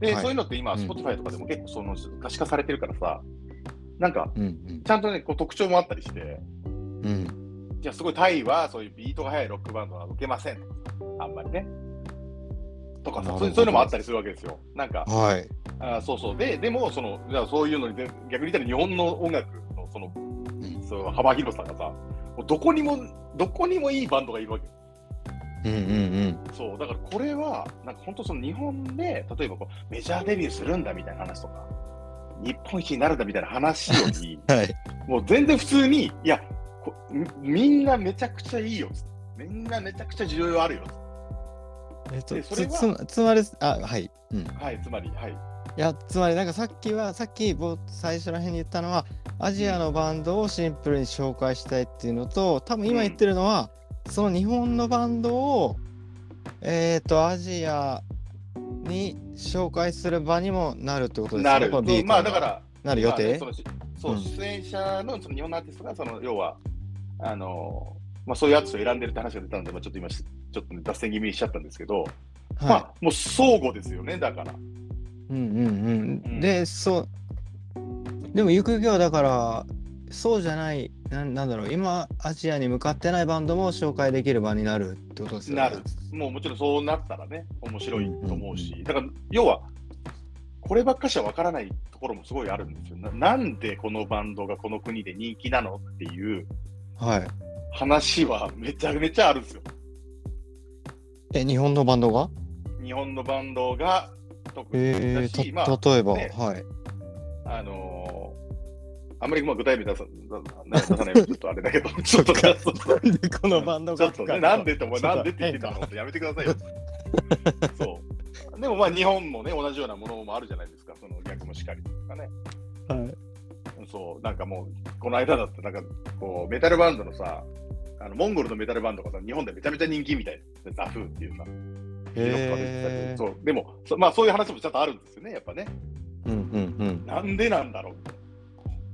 [SPEAKER 2] で、
[SPEAKER 1] はい
[SPEAKER 2] そういうのって今、
[SPEAKER 1] うん
[SPEAKER 2] Spotify とかでも結構その可視化されてるからさ、なんか、
[SPEAKER 1] うんうん
[SPEAKER 2] ちゃんとね、こう特徴もあったりして、
[SPEAKER 1] うん
[SPEAKER 2] じゃあすごいタイはそういうビートが速いロックバンドは受けませんとかあんまりね。とか
[SPEAKER 1] なる
[SPEAKER 2] さ
[SPEAKER 1] ほ
[SPEAKER 2] そうい
[SPEAKER 1] ど
[SPEAKER 2] うそういうのもあったりするわけですよ。なんか、
[SPEAKER 1] はい
[SPEAKER 2] あーそうそう。で、でも、その、じゃあそういうのに、で逆に言ったら日本の音楽のその、
[SPEAKER 1] ん
[SPEAKER 2] その幅広さがさ、もうどこにも、どこにもいいバンドがいるわけ。
[SPEAKER 1] うんうん
[SPEAKER 2] そう、だからこれは、なんか本当その日本で、例えばこうメジャーデビューするんだみたいな話とか、日本一になるんだみたいな話より、
[SPEAKER 1] うんはい
[SPEAKER 2] もう全然普通に、いや、こみみんなめちゃくちゃいいよ。みんなめちゃくちゃ需要あるよ。
[SPEAKER 1] えっと
[SPEAKER 2] でそれ
[SPEAKER 1] つ
[SPEAKER 2] は
[SPEAKER 1] つつまりあはいうん
[SPEAKER 2] はい、つまり、はい。
[SPEAKER 1] いやつまりなんかさっきはさっきぼ最初ら辺に言ったのはアジアのバンドをシンプルに紹介したいっていうのと多分今言ってるのは、その日本のバンドをえっ、とアジアに紹介する場にもなるってことですね
[SPEAKER 2] なる。
[SPEAKER 1] このビート
[SPEAKER 2] まあだから、
[SPEAKER 1] なる予定、
[SPEAKER 2] まあねその
[SPEAKER 1] うん
[SPEAKER 2] しそう、出演者のその日本のアーティストが、その要は、あのまあ、そういうアーティストを選んでるって話が出たので、まあ、ちょっと今、しちょっと、ね、脱線気味にしちゃったんですけど、ま
[SPEAKER 1] は
[SPEAKER 2] あ、もう相互ですよね、だから。
[SPEAKER 1] い、うんうんうん。
[SPEAKER 2] うん
[SPEAKER 1] でそうでもゆくゆくはだからそうじゃないなんなんだろう今アジアに向かってないバンドも紹介できる場になるってことですよね。
[SPEAKER 2] なるもうもちろんそうなったらね、面白いと思うし、だから要は、こればっかしは分からないところもすごいあるんですよ。ななんでこのバンドがこの国で人気なのっていう
[SPEAKER 1] はい。
[SPEAKER 2] 話はめちゃめちゃあるんですよ。
[SPEAKER 1] え日本のバンドが
[SPEAKER 2] 日本のバンドが特に
[SPEAKER 1] え
[SPEAKER 2] だ
[SPEAKER 1] ー
[SPEAKER 2] し、
[SPEAKER 1] た
[SPEAKER 2] まあ、
[SPEAKER 1] 例えば、
[SPEAKER 2] ね
[SPEAKER 1] はい。
[SPEAKER 2] あのーあんまりまあ具体名出さ出さ出さないようにちょっとあれだけど、ちょっとね、そうそう
[SPEAKER 1] でこのバンド
[SPEAKER 2] ちょ
[SPEAKER 1] が
[SPEAKER 2] っとね、なんでって、お前、
[SPEAKER 1] ちょっと
[SPEAKER 2] なんでって言ってたのやめてくださいよ。そう。でもまあ、日本もね、同じようなものもあるじゃないですか、その逆もしかりとかね。
[SPEAKER 1] はい
[SPEAKER 2] そう、なんかもう、この間だって、なんか、こう、メタルバンドのさ、あのモンゴルのメタルバンドがさ、日本でめちゃめちゃ人気みたいな、ザフーっていうさ、
[SPEAKER 1] へー
[SPEAKER 2] そう、でも、そまあ、そういう話もちゃんとあるんですよね、やっぱね。
[SPEAKER 1] うんうん
[SPEAKER 2] なんでなんだろうみたいな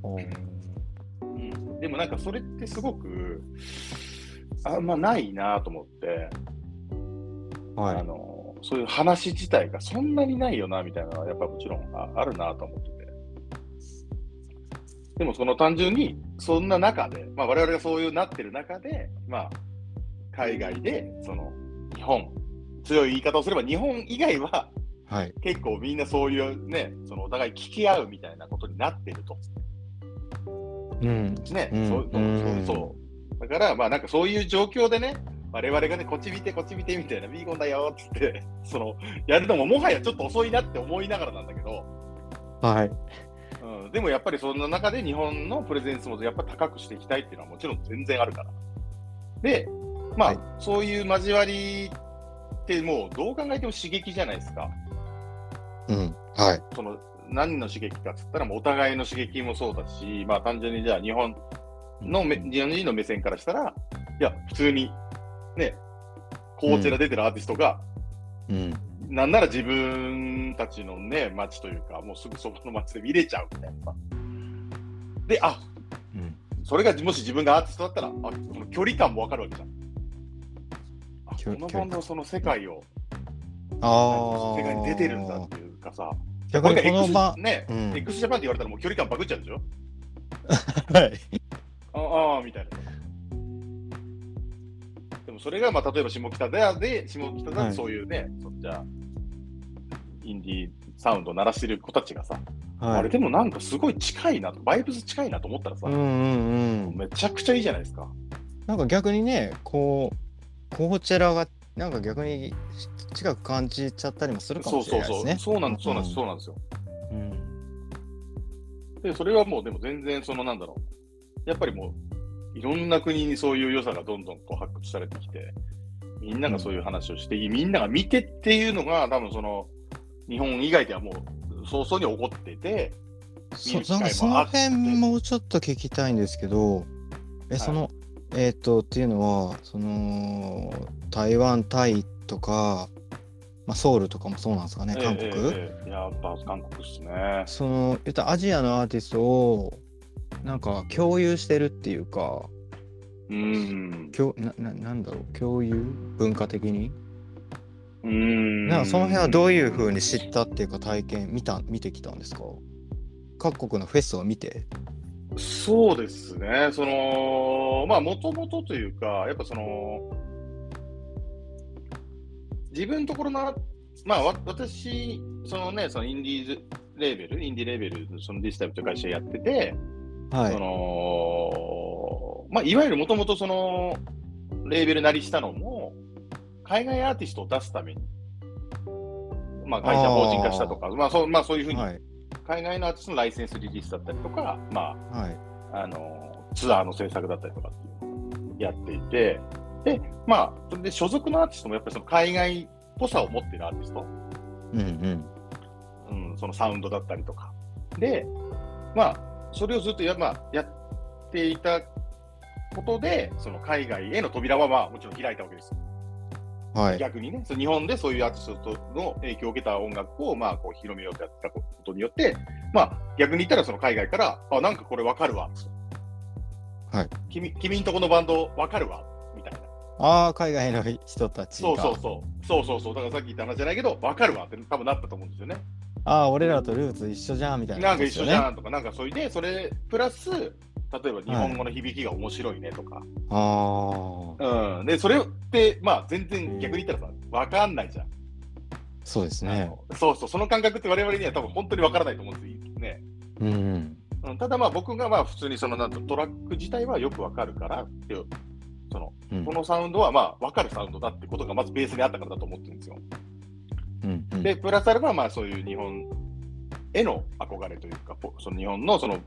[SPEAKER 1] うん。
[SPEAKER 2] でもなんかそれってすごくあんまないなと思って、
[SPEAKER 1] はい
[SPEAKER 2] あ。のそういう話自体がそんなにないよなみたいなのはやっぱもちろんああるなと思っててでもその単純にそんな中で、まあ、我々がそういうなってる中で、まあ、海外でその日本強い言い方をすれば日本以外は
[SPEAKER 1] はい。
[SPEAKER 2] 結構みんなそういうねそのお互い聞き合うみたいなことになってると
[SPEAKER 1] うん。
[SPEAKER 2] ね、
[SPEAKER 1] うん
[SPEAKER 2] そうそう
[SPEAKER 1] うん
[SPEAKER 2] そうそうだからまあなんかそういう状況でね我々がねこっち見てこっち見てみたいなビーコンだよっつって そのやるのももはやちょっと遅いなって思いながらなんだけど、
[SPEAKER 1] はい。
[SPEAKER 2] うん、でもやっぱりそんな中で日本のプレゼンスもやっぱ高くしていきたいっていうのはもちろん全然あるからでまあ、
[SPEAKER 1] はい
[SPEAKER 2] そういう交わりってもうどう考えても刺激じゃないですか。
[SPEAKER 1] うん。はい。
[SPEAKER 2] その何の刺激かっつったらもうお互いの刺激もそうだし、まあ単純にじゃあ日本のめ日本人の目線からしたら、いや、普通にね、コーチェラ出てるアーティストが、
[SPEAKER 1] うん。
[SPEAKER 2] なんなら自分たちのね、街というか、もうすぐそこの街で見れちゃうみたいなさ。で、あ
[SPEAKER 1] うん。
[SPEAKER 2] それがもし自分がアーティストだったら、あこの距離感もわかるわけじゃん。あ
[SPEAKER 1] 距
[SPEAKER 2] この
[SPEAKER 1] 距離
[SPEAKER 2] バンドはその世界を、
[SPEAKER 1] ああ。
[SPEAKER 2] 世界に出てるんだっていうかさ、
[SPEAKER 1] 逆にこ
[SPEAKER 2] もう
[SPEAKER 1] の
[SPEAKER 2] 一
[SPEAKER 1] 場
[SPEAKER 2] 回 X、ね、
[SPEAKER 1] うん
[SPEAKER 2] x ジャパンって言われたらもう距離感バグっちゃうでしょ
[SPEAKER 1] はい。
[SPEAKER 2] ああーみたいな。でもそれが、まあ、例えば下北沢で、下北沢
[SPEAKER 1] は
[SPEAKER 2] で
[SPEAKER 1] い
[SPEAKER 2] そういうね、そじゃあインディーサウンドを鳴らしてる子たちがさ、
[SPEAKER 1] はい、
[SPEAKER 2] あれでもなんかすごい近いなと、バイブス近いなと思ったらさ、
[SPEAKER 1] うんうんうん。
[SPEAKER 2] めちゃくちゃいいじゃないですか。
[SPEAKER 1] なんか逆にね、こう、コーチェラが、なんか逆にし近く感じちゃったりもするか
[SPEAKER 2] そ
[SPEAKER 1] も
[SPEAKER 2] う
[SPEAKER 1] し
[SPEAKER 2] そ
[SPEAKER 1] れ
[SPEAKER 2] う
[SPEAKER 1] ないで
[SPEAKER 2] そ
[SPEAKER 1] す
[SPEAKER 2] う、
[SPEAKER 1] ね。
[SPEAKER 2] そうなんです、そうなんです、
[SPEAKER 1] うん
[SPEAKER 2] そうなんですよ。
[SPEAKER 1] うん
[SPEAKER 2] で、それはもうでも全然そのなんだろう。やっぱりもういろんな国にそういう良さがどんどんこう発掘されてきて、みんながそういう話をして、みんなが見てっていうのが多分その日本以外ではもう早々に起こってて、
[SPEAKER 1] そう
[SPEAKER 2] 見る機
[SPEAKER 1] なんか
[SPEAKER 2] 会
[SPEAKER 1] そ
[SPEAKER 2] もあ
[SPEAKER 1] の
[SPEAKER 2] って
[SPEAKER 1] 辺もうちょっと聞きたいんですけど、え、
[SPEAKER 2] い
[SPEAKER 1] その、えっ、と、っていうのは、その、台湾、タイとか、まあ、ソウルとかもそうなんですかね、韓国。
[SPEAKER 2] ええええやっぱ韓国ですね。
[SPEAKER 1] その言ったらアジアのアーティストをなんか共有してるっていうか
[SPEAKER 2] うん。
[SPEAKER 1] 共なななんだろう共有文化的に
[SPEAKER 2] うん。
[SPEAKER 1] なんかその辺はどういうふうに知ったっていうか体験見た見てきたんですか各国のフェスを見て
[SPEAKER 2] そうですね、そのまあ、もともとというか、やっぱその、自分のところの、まあ、わ私、そのね、そのインディーズレーベル、インディーレーベル、そのディスタイムという会社やってて、
[SPEAKER 1] はい
[SPEAKER 2] い、その、まあ、いわゆるもともとその、レーベルなりしたのも、海外アーティストを出すために、まあ、会社
[SPEAKER 1] あー
[SPEAKER 2] 法人化したとか、まあそうまあ、そういうふうに、
[SPEAKER 1] はい
[SPEAKER 2] 海外のアーティストのライセンスリリースだったりとか、まあ、
[SPEAKER 1] はい
[SPEAKER 2] あのツアーの制作だったりとかっていうのをやっていて、で、まあ、それで所属のアーティストもやっぱりその海外っぽさを持ってるアーティスト、
[SPEAKER 1] うんうん
[SPEAKER 2] うん、そのサウンドだったりとか。で、まあ、それをずっとや,、まあ、やっていたことで、その海外への扉は、まあ、もちろん開いたわけです。
[SPEAKER 1] はい
[SPEAKER 2] 逆にね、その日本でそういうアーティストの影響を受けた音楽を、まあ、こう広めようとやったことによって、まあ、逆に言ったらその海外から、あ、なんかこれわかるわ、
[SPEAKER 1] はい
[SPEAKER 2] 君君んとこのバンドわかるわ、みたいな。
[SPEAKER 1] ああ海外の人たちが
[SPEAKER 2] そうそうそう、そうそうそう、だからさっき言った話じゃないけど、わかるわって多分なったと思うんですよね。
[SPEAKER 1] ああ俺らとルーツ一緒じゃんみたいな
[SPEAKER 2] なん
[SPEAKER 1] こと
[SPEAKER 2] か
[SPEAKER 1] です
[SPEAKER 2] 一緒
[SPEAKER 1] よ
[SPEAKER 2] じ
[SPEAKER 1] ね
[SPEAKER 2] ゃんとか、なんかそれで、それプラス、例えば日本語の響きが面白いねとか、
[SPEAKER 1] ああ
[SPEAKER 2] うん、で、それって、まあ、全然逆に言ったらさ、わかんないじゃん。
[SPEAKER 1] そうですね
[SPEAKER 2] あのそうそう、その感覚って我々には多分本当にわからないと思うんですよね。
[SPEAKER 1] うんうん
[SPEAKER 2] うん、ただまあ僕がまあ普通にそのなんとトラック自体はよくわかるからっていうその
[SPEAKER 1] うん
[SPEAKER 2] このサウンドはまあわかるサウンドだってことがまずベースにあったからだと思ってるんですよ。
[SPEAKER 1] うんうん
[SPEAKER 2] でプラスアルファまあそういう日本への憧れというかぽその日本のその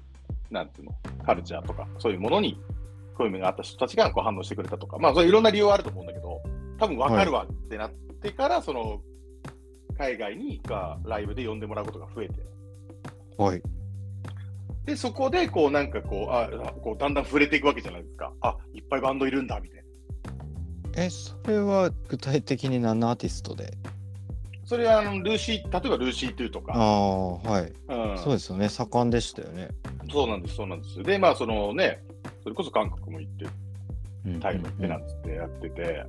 [SPEAKER 2] なんていうのカルチャーとかそういうものにこういう目があった人たちがこう反応してくれたとかまあそういういろんな理由はあると思うんだけど多分わかるわってなってから、その海外にがライブで呼んでもらうことが増えて。
[SPEAKER 1] はい
[SPEAKER 2] で、そこで、こう、なんかこう、ああこうだんだん触れていくわけじゃないですか。あ、いっぱいバンドいるんだ、みたいな。
[SPEAKER 1] えそれは具体的に何のアーティストで
[SPEAKER 2] それは、あの、ルーシー、例えばルーシー2と
[SPEAKER 1] あ
[SPEAKER 2] か。
[SPEAKER 1] あはい、
[SPEAKER 2] うん、
[SPEAKER 1] そうですよね盛んでしたよね、
[SPEAKER 2] そうなんです、そうなんです。で、まあ、そのね、それこそ韓国も行って、
[SPEAKER 1] うん、
[SPEAKER 2] タイも行ってなんつってやってて、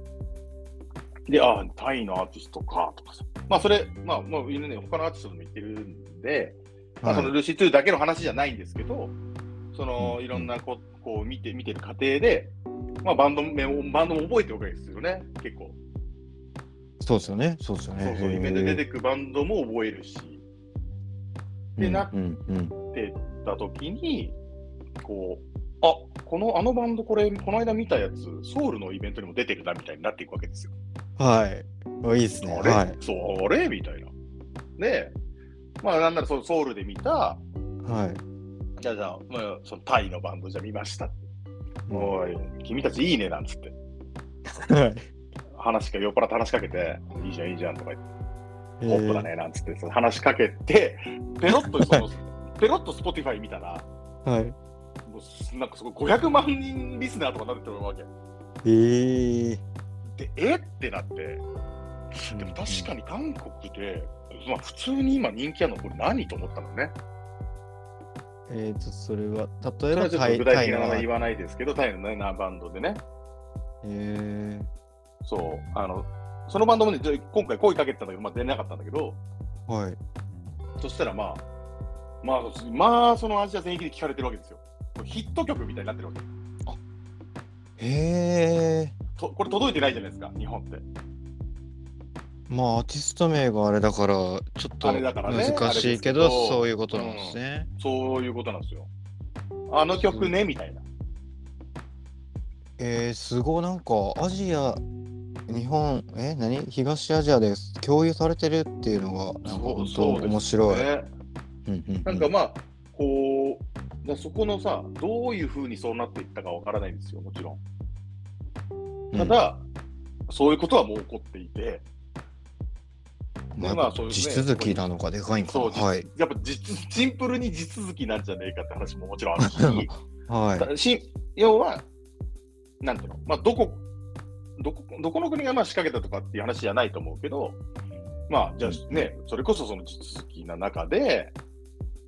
[SPEAKER 2] で、あ、タイのアーティストか、とかさ。まあ、それ、まあ、もう、ね、他のアーティストも行ってるんで、まあ、その
[SPEAKER 1] はい
[SPEAKER 2] ルーシー2だけの話じゃないんですけど、その、
[SPEAKER 1] うん
[SPEAKER 2] いろんなこ、こう、見て、見てる過程で、まあ、バンド名も、バンドも覚えておくわけですよね、結構。
[SPEAKER 1] そうですよねそうですよね
[SPEAKER 2] そうそう、イベントで出てくバンドも覚えるし、
[SPEAKER 1] へー
[SPEAKER 2] な
[SPEAKER 1] うんうん
[SPEAKER 2] だときに、こう、あこのあのバンド、これ、この間見たやつ、ソウルのイベントにも出てるなみたいになっていくわけですよ。
[SPEAKER 1] うんはいおいいですね
[SPEAKER 2] あれ、
[SPEAKER 1] はい
[SPEAKER 2] そう、あれみたいな。で、まあ、なんならそうソウルで見た、
[SPEAKER 1] はい
[SPEAKER 2] じゃあ、じゃあ、まあ、そのタイのバンドじゃ見ました。
[SPEAKER 1] は
[SPEAKER 2] おい、君たちいいね、なんつって。
[SPEAKER 1] い
[SPEAKER 2] 話しか、酔っ払って話しかけて、いいじゃん、いいじゃんとか言って、
[SPEAKER 1] え
[SPEAKER 2] ポップだね、なんつって、その話しかけて、ペロッと その、ペロッと Spotify 見たら、
[SPEAKER 1] はい。
[SPEAKER 2] もうなんかそこ500万人リスナーとかなってるわけ。
[SPEAKER 1] えー、
[SPEAKER 2] で、えってなって、でも確かに韓国で、まあ、普通に今人気あるのこれ何と思ったのね。
[SPEAKER 1] に。えっ、と、それは、例
[SPEAKER 2] そ
[SPEAKER 1] え
[SPEAKER 2] れは
[SPEAKER 1] ば
[SPEAKER 2] ちょっと具
[SPEAKER 1] タ
[SPEAKER 2] 体
[SPEAKER 1] イ
[SPEAKER 2] 的な名
[SPEAKER 1] の。
[SPEAKER 2] 前言
[SPEAKER 1] え
[SPEAKER 2] わないですけど、タイのね、なバンドでね、
[SPEAKER 1] ー、
[SPEAKER 2] そう、あの、そのバンドもね、じゃあ今回声かけてたんだけど、まあ、出れなかったんだけど、
[SPEAKER 1] はい。
[SPEAKER 2] そしたらまあ、まあ、まあ、そのアジア全域で聴かれてるわけですよ。これヒット曲みたいになってるわけ。
[SPEAKER 1] へえ
[SPEAKER 2] とこれ届いてないじゃないですか、日本って。
[SPEAKER 1] ー、まあ、アーティスト名があれだから、ちょっと
[SPEAKER 2] あれだからね
[SPEAKER 1] 難しいけ
[SPEAKER 2] あ
[SPEAKER 1] ど、
[SPEAKER 2] れですけど
[SPEAKER 1] そういうことなんですね。
[SPEAKER 2] そういうことなんですよ。あの曲ね、みたいな。
[SPEAKER 1] えー、すごい、なんか、アジア、日本、え、何東アジアで共有されてるっていうのが、なんか
[SPEAKER 2] そう
[SPEAKER 1] 本当
[SPEAKER 2] そうですね
[SPEAKER 1] 面白い。
[SPEAKER 2] ね
[SPEAKER 1] うんうんうん
[SPEAKER 2] なんかまあ、こう、だからそこのさ、どういうふうにそうなっていったかわからないんですよ、もちろん。ただ、そういうことはもう起こっていて、
[SPEAKER 1] まあ
[SPEAKER 2] まあそういうね
[SPEAKER 1] 地続きなのがでかいんかな。
[SPEAKER 2] そう地
[SPEAKER 1] はい。
[SPEAKER 2] やっぱ実シンプルに地続きなんじゃねえかって話ももちろんあるし、
[SPEAKER 1] はい。
[SPEAKER 2] たし要は、なんていうの、まあ、どこ、どこどこの国がまあ仕掛けたとかっていう話じゃないと思うけど、まあ、じゃあね、それこそその地続きな中で、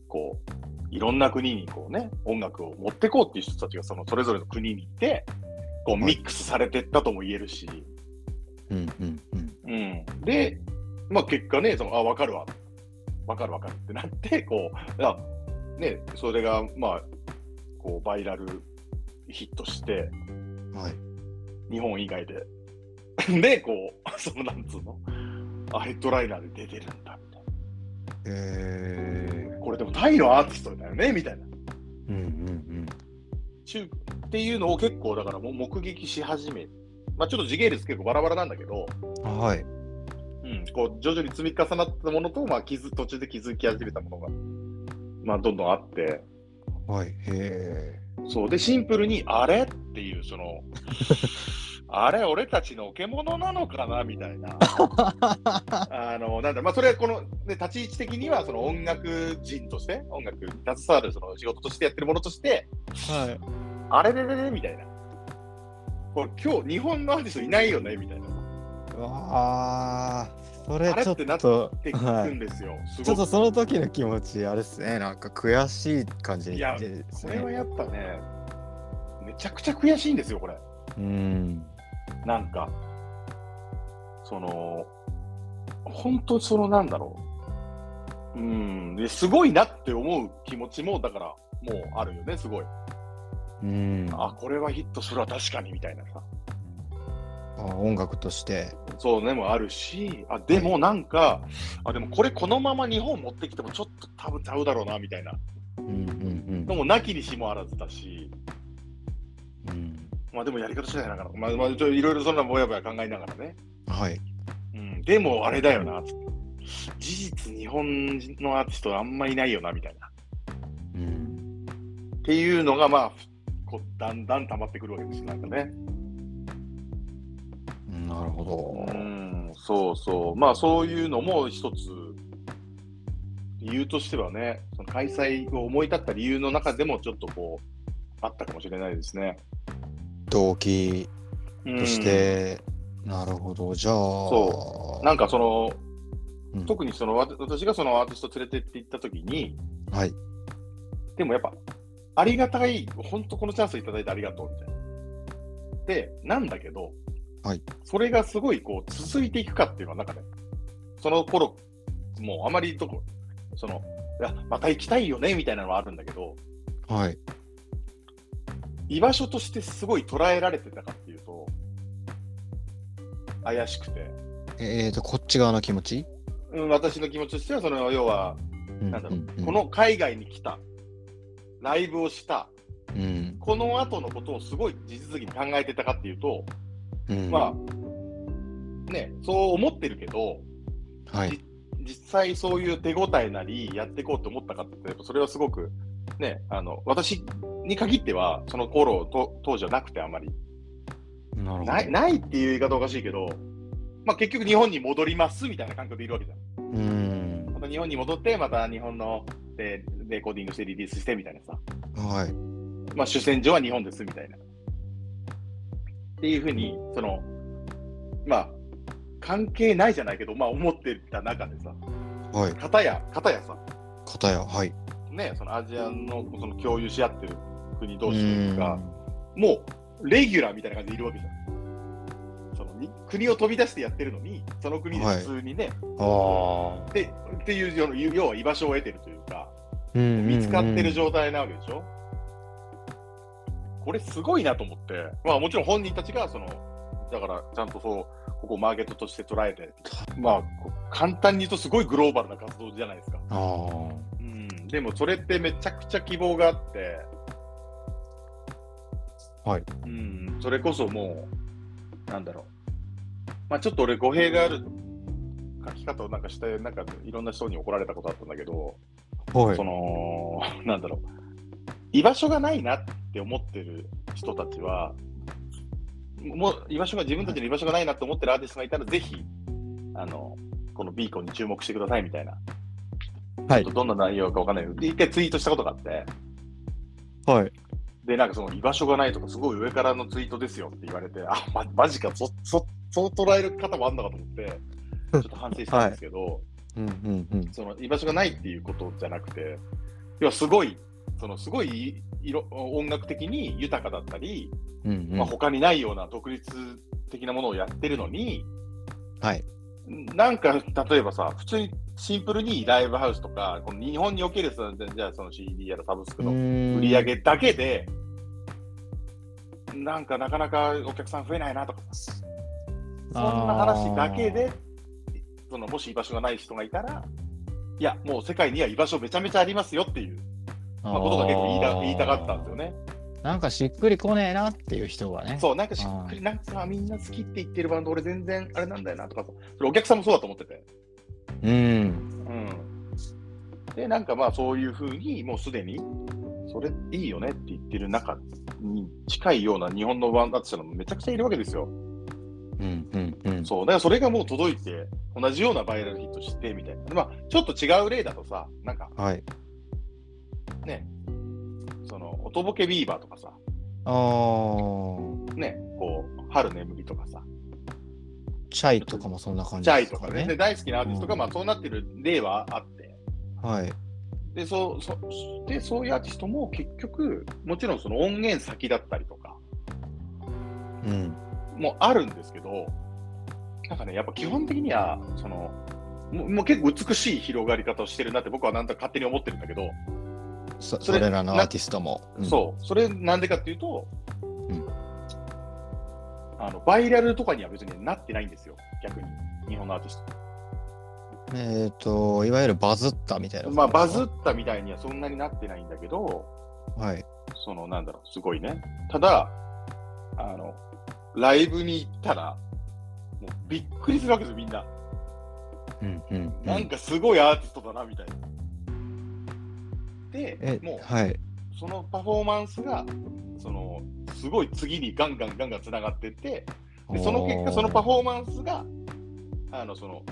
[SPEAKER 2] こう、いろんな国にこうね、音楽を持ってこうっていう人たちがそのそれぞれの国にいて、こう
[SPEAKER 1] はい
[SPEAKER 2] ミックスされてったとも言えるし、
[SPEAKER 1] うんうんうん。
[SPEAKER 2] うん、で、まあ、結果ね、そのあ分かるわ、分かる分かるってなって、こうあね、それが、まあ、こうバイラルヒットして、
[SPEAKER 1] はい。
[SPEAKER 2] 日本以外で。 で、こう、そのなんつうの、あれドライナーで出てるんだみたい
[SPEAKER 1] え
[SPEAKER 2] な。これでもタイのアーティストだよね、みたいな。
[SPEAKER 1] ー、うんうん
[SPEAKER 2] 中っていうのを結構、だからもう目撃し始め、まあ、ちょっと時系列結構バラバラなんだけど、
[SPEAKER 1] うん。はい。
[SPEAKER 2] うん、こう徐々に積み重なったものと、まあ、気づ途中で気づき始めたものが、まあ、どんどんあって、
[SPEAKER 1] はい。へえ。
[SPEAKER 2] そうでシンプルにあれっていう そのあれ俺たちのけ物なのかなみた いなあのなんだまあそれはこの、ね、立ち位置的にはその音楽人として音楽に携わるその仕事としてやってるものとして
[SPEAKER 1] はい。
[SPEAKER 2] あれれれれみたいなこれ今日日本のアーティストいないよねみたいな
[SPEAKER 1] わあ、それちょっ
[SPEAKER 2] あれってなっ
[SPEAKER 1] と、
[SPEAKER 2] って聞
[SPEAKER 1] は
[SPEAKER 2] くん
[SPEAKER 1] い。
[SPEAKER 2] ですよ、す
[SPEAKER 1] ちょっ
[SPEAKER 2] ご
[SPEAKER 1] と
[SPEAKER 2] く
[SPEAKER 1] その時の気持ち、あれですね、なんか悔しい感じ
[SPEAKER 2] いや
[SPEAKER 1] です
[SPEAKER 2] これは
[SPEAKER 1] ね。
[SPEAKER 2] やっぱねめちゃくちゃ悔しいんですよこれ
[SPEAKER 1] うん。
[SPEAKER 2] なんか、その、本当そのなんだろう。うん、ですごいなって思う気持ちも、だから、もうあるよね、すごい。
[SPEAKER 1] うん。あ
[SPEAKER 2] あ、これはヒットするわ、確かに、みたいなさ。
[SPEAKER 1] 音楽として。
[SPEAKER 2] そうね、もあるし、あ、でもなんか、あ、でもこれこのまま日本持ってきてもちょっと多分ちゃうだろうな、みたいな。
[SPEAKER 1] うんうん
[SPEAKER 2] のもなきにしもあらずだし、
[SPEAKER 1] うん。うん、
[SPEAKER 2] まあでもやり方次第だから、まあ、まあ、ちょっといろいろそんなぼやぼや考えながらね。
[SPEAKER 1] はい。
[SPEAKER 2] うん、でもあれだよな、つって事実日本人のアーティストはあんまいないよな、みたいな。
[SPEAKER 1] うん。
[SPEAKER 2] っていうのが、まあ、こうだんだん溜まってくるわけですよなんかね。
[SPEAKER 1] なるほ
[SPEAKER 2] ん、そうそう。まあ、そういうのも一つ、理由としてはね、その開催を思い立った理由の中でも、ちょっとこう、あったかもしれないですね。
[SPEAKER 1] ど。動機
[SPEAKER 2] うん
[SPEAKER 1] とし、て、なるほど。じゃあ、
[SPEAKER 2] そ
[SPEAKER 1] な
[SPEAKER 2] なんかその、
[SPEAKER 1] うん
[SPEAKER 2] 特にそのわ私がそのアーティスト連れてって行った時に、
[SPEAKER 1] はい。
[SPEAKER 2] でもやっぱ、ありがたい、本当このチャンスいただいてありがとうみたいな。で、なんだけど、
[SPEAKER 1] はい
[SPEAKER 2] それがすごいこう続いていくかっていうのは、なんかね、その頃もうあまりどこ、その、いやまた行きたいよねみたいなのはあるんだけど、
[SPEAKER 1] はい。
[SPEAKER 2] 居場所としてすごい捉えられてたかっていうと、怪しくて、
[SPEAKER 1] えっ、ー、と、こっち側の気持ち、
[SPEAKER 2] うん、私の気持ちとしては、その要は、
[SPEAKER 1] うん
[SPEAKER 2] なんだろう、
[SPEAKER 1] うん
[SPEAKER 2] この海外に来た、ライブをした、
[SPEAKER 1] うん。
[SPEAKER 2] この後のことをすごい事実的に考えてたかっていうと、
[SPEAKER 1] うん。
[SPEAKER 2] まあ、ね、そう思ってるけど、
[SPEAKER 1] あ、はい。
[SPEAKER 2] 実際そういう手応えなり、やっていこうと思ったかって、やっぱそれはすごく、ね、あの、私に限っては、その頃と、当時はなくてあまり。
[SPEAKER 1] なるほど
[SPEAKER 2] ないないっていう言い方おかしいけど、まあ、結局日本に戻りますみたいな感覚でいるわけじゃん。
[SPEAKER 1] うん
[SPEAKER 2] また日本に戻って、また日本の、えーレコーディングしてリリースしてみたいなさ、
[SPEAKER 1] はい
[SPEAKER 2] まあ、主戦場は日本ですみたいな。っていうふうに、その、まあ、関係ないじゃないけど、まあ、思ってた中でさ、
[SPEAKER 1] はい
[SPEAKER 2] 片や、片やさ、
[SPEAKER 1] 片やはい
[SPEAKER 2] ね、そのアジアのその共有し合ってる国
[SPEAKER 1] う
[SPEAKER 2] 同士というか、もうレギュラーみたいな感じでいるわけじゃん。そのに国を飛び出してやってるのに、その国で普通にね、
[SPEAKER 1] んああ
[SPEAKER 2] でっていうような要は居場所を得てるというか、見
[SPEAKER 1] 見
[SPEAKER 2] つかってる状態なわけでしょ。これすごいなと思って、まあもちろん本人たちがその、だからちゃんとそう、ここをマーケットとして捉えて、まあこう簡単に言うとすごいグローバルな活動じゃないですか。
[SPEAKER 1] ああ
[SPEAKER 2] うん、でもそれってめちゃくちゃ希望があって、
[SPEAKER 1] はい
[SPEAKER 2] うん、それこそもう、なんだろう、まあ、ちょっと俺、語弊がある書き方をなんかして、なんかいろんな人に怒られたことあったんだけど、
[SPEAKER 1] はい
[SPEAKER 2] その、 なんだろう、居場所がないなって思ってる人たちは、もう居場所が自分たちの居場所がないなと思ってるアーティストがいたら、ぜひ、あの、このビーコンに注目してくださいみたいな。
[SPEAKER 1] はい
[SPEAKER 2] どんな内容かわかんないけど、で一回ツイートしたことがあって、
[SPEAKER 1] はい
[SPEAKER 2] で、なんかその居場所がないとか、すごい上からのツイートですよって言われて、あ、ま、マジか、そ、そ、そう捉える方もあんのかと思って、ちょっと反省したんですけど、
[SPEAKER 1] うんうんうん
[SPEAKER 2] その居場所がないっていうことじゃなくて、要はすごい、そのすごい色音楽的に豊かだったり、
[SPEAKER 1] うんうん
[SPEAKER 2] まあ、他にないような独立的なものをやってるのに、
[SPEAKER 1] はい
[SPEAKER 2] なんか例えばさ、普通にシンプルにライブハウスとか、この日本におけるさじゃあその CD やらサブスクの売
[SPEAKER 1] 売
[SPEAKER 2] り上げだけで、なんかなかなかお客さん増えないなとか、そんな話だけで、そのもし居場所がない人がいたら、いや、もう世界には居場所めちゃめちゃありますよっていう、
[SPEAKER 1] ま
[SPEAKER 2] まあ、ことが結構言いた言いたかったんですよね。
[SPEAKER 1] なんかしっくりこねえなっていう人がね
[SPEAKER 2] そう、なんかしっくり、なんかさ、みんな好きって言ってるバンド、俺全然あれなんだよなとかさ、それお客さんもそうだと思ってて。
[SPEAKER 1] ううん
[SPEAKER 2] うん、で、なんかまあそういうふうに、もうすでに、それいいよねって言ってる中に近いような日本のバンドアーティストがめちゃくちゃいるわけですよ。
[SPEAKER 1] うんうんうん
[SPEAKER 2] そう、だからそれがもう届いて、同じようなバイラルヒットしてみたいな。まあ、ちょっと違う例だとさ、なんか
[SPEAKER 1] はい
[SPEAKER 2] ね、その、おとぼけビーバーとかさ、
[SPEAKER 1] あー
[SPEAKER 2] ね、こう、春眠りとかさ、
[SPEAKER 1] チャイとかもそんな感じ
[SPEAKER 2] チャ
[SPEAKER 1] で
[SPEAKER 2] イ
[SPEAKER 1] す
[SPEAKER 2] と
[SPEAKER 1] か
[SPEAKER 2] か
[SPEAKER 1] ね
[SPEAKER 2] ね、で大好きなアーティストが、
[SPEAKER 1] うん
[SPEAKER 2] まあそうなってる例はあって、
[SPEAKER 1] はい
[SPEAKER 2] でそうそでそういうアーティストも結局、もちろんその音源先だったりとか
[SPEAKER 1] うん
[SPEAKER 2] もあるんですけど、なんかね、やっぱ基本的にはそのもう、もう結構美しい広がり方をしてるなって、僕はなんとか勝手に思ってるんだけど、
[SPEAKER 1] そ
[SPEAKER 2] そ
[SPEAKER 1] そ
[SPEAKER 2] れ
[SPEAKER 1] れらのアーティストもうん
[SPEAKER 2] そう、それなんでかっていうと、
[SPEAKER 1] うん
[SPEAKER 2] あの、バイラルとかには別になってないんですよ、逆に、日本のアーティス
[SPEAKER 1] えっ、といわゆるバズったみたいな感じで
[SPEAKER 2] ト。
[SPEAKER 1] すか
[SPEAKER 2] まあ、バズったみたいにはそんなになってないんだけど、
[SPEAKER 1] はい
[SPEAKER 2] そのなんだろう、すごいね。ただ、あの、ライブに行ったら、もうびっくりするわけですよ、みんな。
[SPEAKER 1] うんうんう
[SPEAKER 2] なんかすごいアーティストだな、みたいな。で
[SPEAKER 1] え、
[SPEAKER 2] も
[SPEAKER 1] はい。
[SPEAKER 2] う、そのパフォーマンスが、その、すごい次にガンガンガンガンつながってって、でその結果、そのパフォーマンスが、あの、その、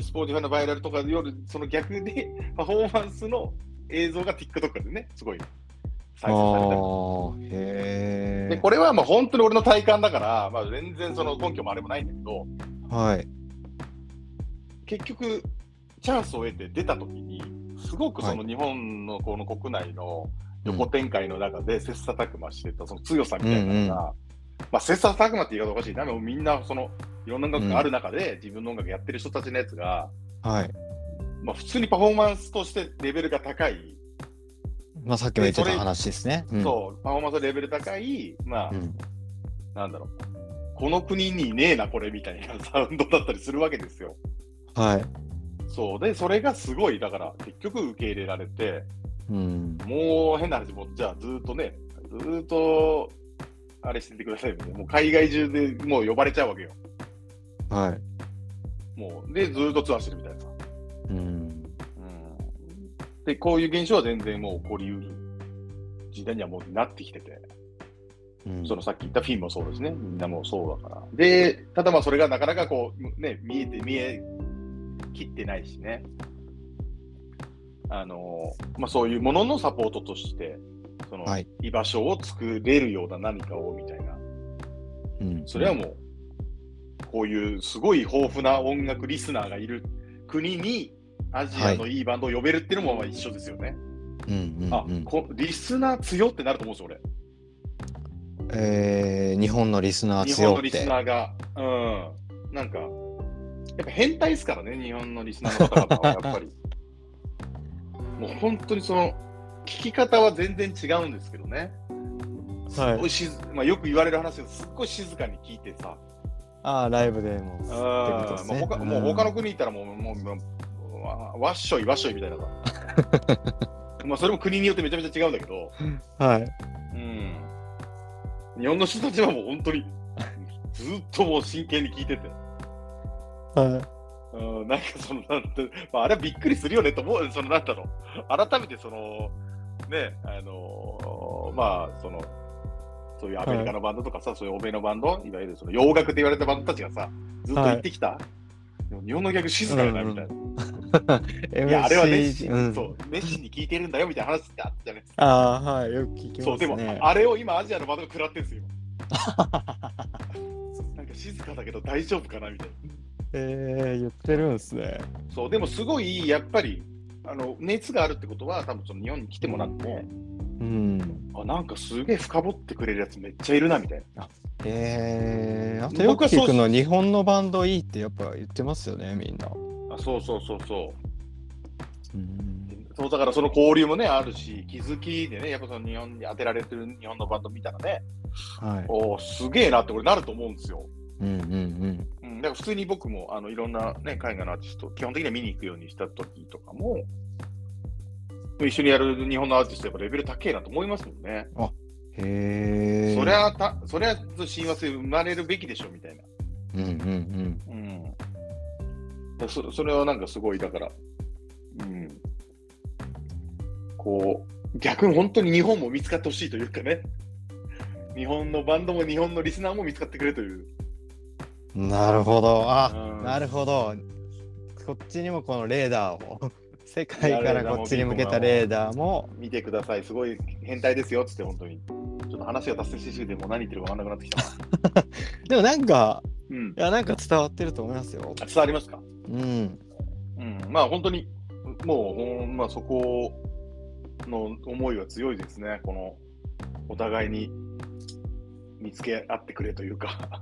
[SPEAKER 2] スポーティファイのバイラルとかより、その逆で、 パフォーマンスの映像が TikTok でね、すごい、再生されたりとか
[SPEAKER 1] おーあーへ
[SPEAKER 2] で
[SPEAKER 1] え。
[SPEAKER 2] これはまあ本当に俺の体感だから、まあ、全然その根拠もあれもないんだけど
[SPEAKER 1] はい。
[SPEAKER 2] 結局チャンスを得て出た時にすごくそ
[SPEAKER 1] は
[SPEAKER 2] の日本のこの国内の横展開の中で切磋琢磨してたその強さみたいなのが、
[SPEAKER 1] う
[SPEAKER 2] まあ、切磋琢磨って言い方おかしいなでもみんなそのいろんな音楽がある中で自分の音楽やってる人たちのやつが、
[SPEAKER 1] はい。
[SPEAKER 2] まあ、普通にパフォーマンスとしてレベルが高い、
[SPEAKER 1] まあさっきも言って
[SPEAKER 2] でそ
[SPEAKER 1] た
[SPEAKER 2] れ
[SPEAKER 1] 話ですね。
[SPEAKER 2] そうパフォーマンスのレベル高い、まあ
[SPEAKER 1] うん。うん。
[SPEAKER 2] なんだろうこの国にねえなこれみたいなサウンドだったりするわけですよ。
[SPEAKER 1] はい。
[SPEAKER 2] そうで、それがすごい、だから結局受け入れられて、
[SPEAKER 1] うん。
[SPEAKER 2] もう変な話、もうじゃあずーっとね、ずーっとあれしててくださいみたいなもう海外中でもう呼ばれちゃうわけよ。
[SPEAKER 1] はい。
[SPEAKER 2] もうで、ずーっとツアーしてるみたいなさ。
[SPEAKER 1] うん。
[SPEAKER 2] うん、で、こういう現象は全然もう起こりうる時代にはもうなってきてて、
[SPEAKER 1] うん
[SPEAKER 2] そのさっき言ったフィンもそうですね、みんなもうそうだから。で、ただまあそれがなかなかこう、ね、見えて、見え切ってないしね。あのーまあ、そういうもののサポートとして、その
[SPEAKER 1] はい
[SPEAKER 2] 居場所を作れるような何かをみたいな、
[SPEAKER 1] うん
[SPEAKER 2] それはもう、こういうすごい豊富な音楽リスナーがいる国に、アジアのいいバンドを呼べるっていうのもまあ一緒ですよね。
[SPEAKER 1] うんうん
[SPEAKER 2] あ
[SPEAKER 1] うん
[SPEAKER 2] こ、リスナー強ってなると思うんですよ、俺。
[SPEAKER 1] えー日本のリスナー
[SPEAKER 2] 日本
[SPEAKER 1] 強
[SPEAKER 2] の
[SPEAKER 1] っ
[SPEAKER 2] リス
[SPEAKER 1] て。
[SPEAKER 2] ナーが、うん、なんか、やっぱ変態ですからね、日本のリスナーの方々は、やっ ぱり。もう本当にその、聞き方は全然違うんですけどね、
[SPEAKER 1] は
[SPEAKER 2] おいしずまあ、よく言われる話です、すっごい静かに聞いてさ、
[SPEAKER 1] ああ、ライブでも。ってことです
[SPEAKER 2] も
[SPEAKER 1] ね
[SPEAKER 2] う他もう他の国行ったらもう、もうもうわわっしょいわっしょいみたいなさ、 まあそれも国によってめちゃめちゃ違うんだけど、
[SPEAKER 1] はい。
[SPEAKER 2] うん、日本の人たちはもう本当に、ずっともう真剣に聞いてて。
[SPEAKER 1] は
[SPEAKER 2] うん、なんかそのなんて、まあ、あれはびっくりするよねと思う、そのなんだろう、改めてその、ね、あのーまあ、その、そういうアメリカのバンドとかさ、そういう欧米のバンド、いわゆるその洋楽って言われたバンドたちがさ、ずっと行ってきた、でも日本の逆に静かだなみたいな、
[SPEAKER 1] い。
[SPEAKER 2] いや、あれは熱
[SPEAKER 1] MC
[SPEAKER 2] 心、
[SPEAKER 1] うん、
[SPEAKER 2] そう熱心に聞いてるんだよみたいな話ってあったじゃないですか。
[SPEAKER 1] ああ、はい。よく聞き
[SPEAKER 2] そ
[SPEAKER 1] ま
[SPEAKER 2] う、ですも、
[SPEAKER 1] ね。
[SPEAKER 2] あれを今、アジアのバンドが食らってるんですよ。なんか静かだけど大丈夫かなみたいな。
[SPEAKER 1] えー、言ってるんですね。
[SPEAKER 2] そう、でもすごい、やっぱり、あの、熱があるってことは、多分その日本に来てもらって、
[SPEAKER 1] うん。
[SPEAKER 2] あ、なんかすげえ深掘ってくれるやつめっちゃいるな、みたいな。
[SPEAKER 1] えー、あとよ
[SPEAKER 2] 僕
[SPEAKER 1] く
[SPEAKER 2] はそう
[SPEAKER 1] 聞くの、日本のバンドいいってやっぱ言ってますよね、みんな。
[SPEAKER 2] あ、そうそうそうそう。
[SPEAKER 1] うん。
[SPEAKER 2] そう、だからその交流もね、あるし、気づきでね、やっぱその日本に当てられてる日本のバンド見たらね、
[SPEAKER 1] はい。
[SPEAKER 2] おおすげえなって俺なると思うんですよ。
[SPEAKER 1] うんうん
[SPEAKER 2] うん、だから普通に僕もあのいろんな、ね、海外のアーティスト、基本的には見に行くようにした時とかも、一緒にやる日本のアーティストやっぱレベル高えなと思いますもんね。
[SPEAKER 1] うん。へえ。
[SPEAKER 2] そりゃた、そりゃ親和性生まれるべきでしょみたいな。
[SPEAKER 1] うんうんうん。
[SPEAKER 2] うん、そそれはなんかすごいだから、うん、こう逆に本当に日本も見つかってほしいというかね日本のバンドも日本のリスナーも見つかってくれという、
[SPEAKER 1] なるほど。あ、
[SPEAKER 2] うん
[SPEAKER 1] なるほど。こっちにもこのレーダーを。 世界からこっちに向けたレーダーも。
[SPEAKER 2] 見てくださいすごい変態ですよっつって本当にちょっと話が達成しすぎてもう何言ってるか分かんなくなってきた、
[SPEAKER 1] でもなんか、
[SPEAKER 2] うん、
[SPEAKER 1] いや、なんか伝わってると思いますよ。
[SPEAKER 2] 伝わりますか
[SPEAKER 1] うん。
[SPEAKER 2] うん、まあ本当に、もう、ほんまあ、そこの思いは強いですね、このお互いに見つけ合ってくれというか。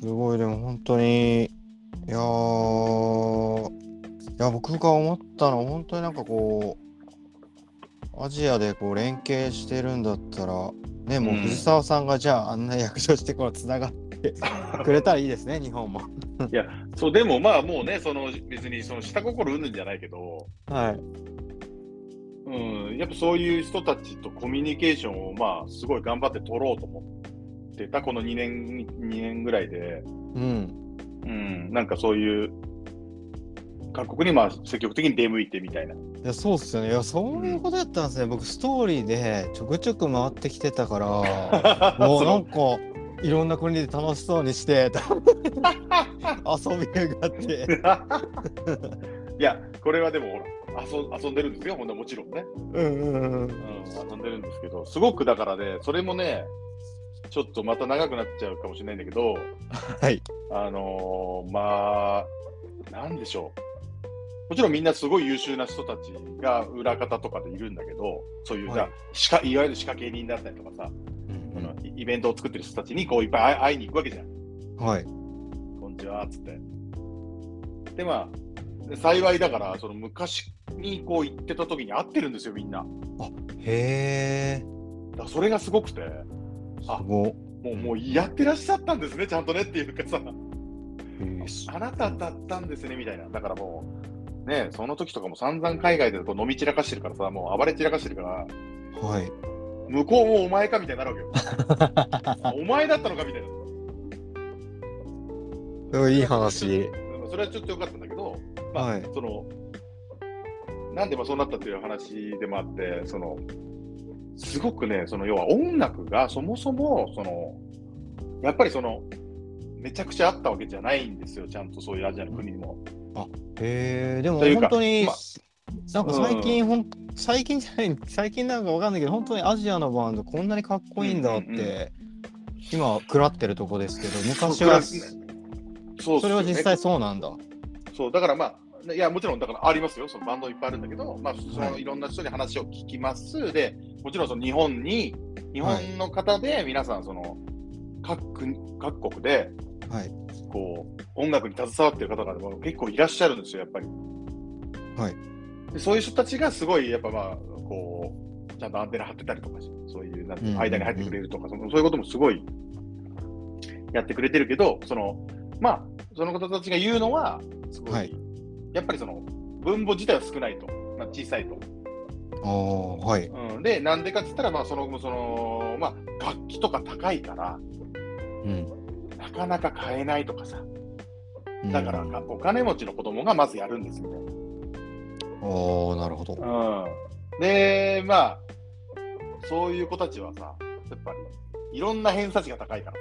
[SPEAKER 1] すごい、でも本当に、いやー、いや、僕が思ったのは、本当になんかこう、アジアでこう連携してるんだったら、ね、もう
[SPEAKER 2] うん
[SPEAKER 1] 藤沢さんがじゃあ、あんな役所してこう、つなが ってくれたらいいですね、日本も。
[SPEAKER 2] そう、でもまあもうね、その別にその下心うんぬんじゃないけど、
[SPEAKER 1] はい。
[SPEAKER 2] うん、やっぱそういう人たちとコミュニケーションをまあすごい頑張って取ろうと思ってた、この2年、2年ぐらいで、
[SPEAKER 1] うん。
[SPEAKER 2] うん、なんかそういう、各国にまあ積極的に出向いてみたいな。
[SPEAKER 1] いや、そうっすよね。いや、そういうことやったんですね。僕、ストーリーでちょくちょく回ってきてたから、 もうなんか、いろんな国で楽しそうに して、遊びやがって。
[SPEAKER 2] いや、これはでもほら遊、遊んでるんですよ、ほんでもちろんね、
[SPEAKER 1] うんうんうん。
[SPEAKER 2] うん。遊んでるんですけど、すごくだからね、それもね、ちょっとまた長くなっちゃうかもしれないんだけど、
[SPEAKER 1] はい。
[SPEAKER 2] あのーまあ、なんでしょう。もちろんみんなすごい優秀な人たちが裏方とかでいるんだけど、そういう、
[SPEAKER 1] はい
[SPEAKER 2] い、じゃあ仕掛いわゆる仕掛け人だったりとかさ、
[SPEAKER 1] うん
[SPEAKER 2] このイイベントを作ってる人たちにこういっぱい会い会いに行くわけじゃん。
[SPEAKER 1] はい。
[SPEAKER 2] こんにちはっつって。で、まあ、で幸いだから、その昔にこう行ってた時に会ってるんですよ、みんな。だか
[SPEAKER 1] へえ。
[SPEAKER 2] らそれがすごくて、あ
[SPEAKER 1] ご。
[SPEAKER 2] もう、もうやってらっしゃったんですね、ちゃんとねっていうかさ、あなただったんですね、みたいな。だからもう、ね、その時とかも散々海外でこう飲み散らかしてるからさ、もう暴れ散らかしてるから、
[SPEAKER 1] はい。
[SPEAKER 2] 向こうもお前かみたいになるわけよ。お前だったのかみたいな。
[SPEAKER 1] いい話。
[SPEAKER 2] でもそれはちょっと良かったんだけど、まあ
[SPEAKER 1] はい
[SPEAKER 2] そのなんでまあそうなったっていう話でもあってそのすごくねその要は音楽がそもそもそのやっぱりそのめちゃくちゃあったわけじゃないんですよちゃんとそういうアジアの国にも。
[SPEAKER 1] へえでも
[SPEAKER 2] というか
[SPEAKER 1] 本当に、
[SPEAKER 2] まあ
[SPEAKER 1] なんか最近、ほん最近じゃない最近なんかわかんないけど本当にアジアのバンドこんなにかっこいいんだって、
[SPEAKER 2] うんうんう
[SPEAKER 1] 今食らってるとこですけど昔は
[SPEAKER 2] そう
[SPEAKER 1] そ
[SPEAKER 2] そうっす
[SPEAKER 1] れ
[SPEAKER 2] よ
[SPEAKER 1] は
[SPEAKER 2] ね
[SPEAKER 1] 実際そうなんだ。
[SPEAKER 2] そうだからまあいやもちろんだからありますよそのバンドいっぱいあるんだけど、まあ、そ
[SPEAKER 1] は
[SPEAKER 2] の
[SPEAKER 1] い
[SPEAKER 2] いろんな人に話を聞きますでもちろんその日本に日本の方で皆さんその各国各国で
[SPEAKER 1] はい
[SPEAKER 2] こう音楽に携わってる方がもう結構いらっしゃるんですよやっぱり。
[SPEAKER 1] はい
[SPEAKER 2] でそういう人たちがすごいやっぱまあこうちゃんとアンテナ張ってたりとかしてそういうなんてい
[SPEAKER 1] うんうんう
[SPEAKER 2] うの
[SPEAKER 1] ん
[SPEAKER 2] 間に入ってくれるとか、そのそういうこともすごいやってくれてるけどそのまあその方たちが言うのはすごい、
[SPEAKER 1] はい
[SPEAKER 2] やっぱりその分母自体は少ないと、まあ、小さいと。
[SPEAKER 1] ああはい
[SPEAKER 2] うん、でなんでかって言ったらまあそのそのまあ楽器とか高いから
[SPEAKER 1] うん
[SPEAKER 2] なかなか買えないとかさ
[SPEAKER 1] うん
[SPEAKER 2] だから
[SPEAKER 1] あ
[SPEAKER 2] かお金持ちの子供がまずやるんですよね。
[SPEAKER 1] あなるほど
[SPEAKER 2] うん、でまあそういう子たちはさやっぱりいろんな偏差値が高いから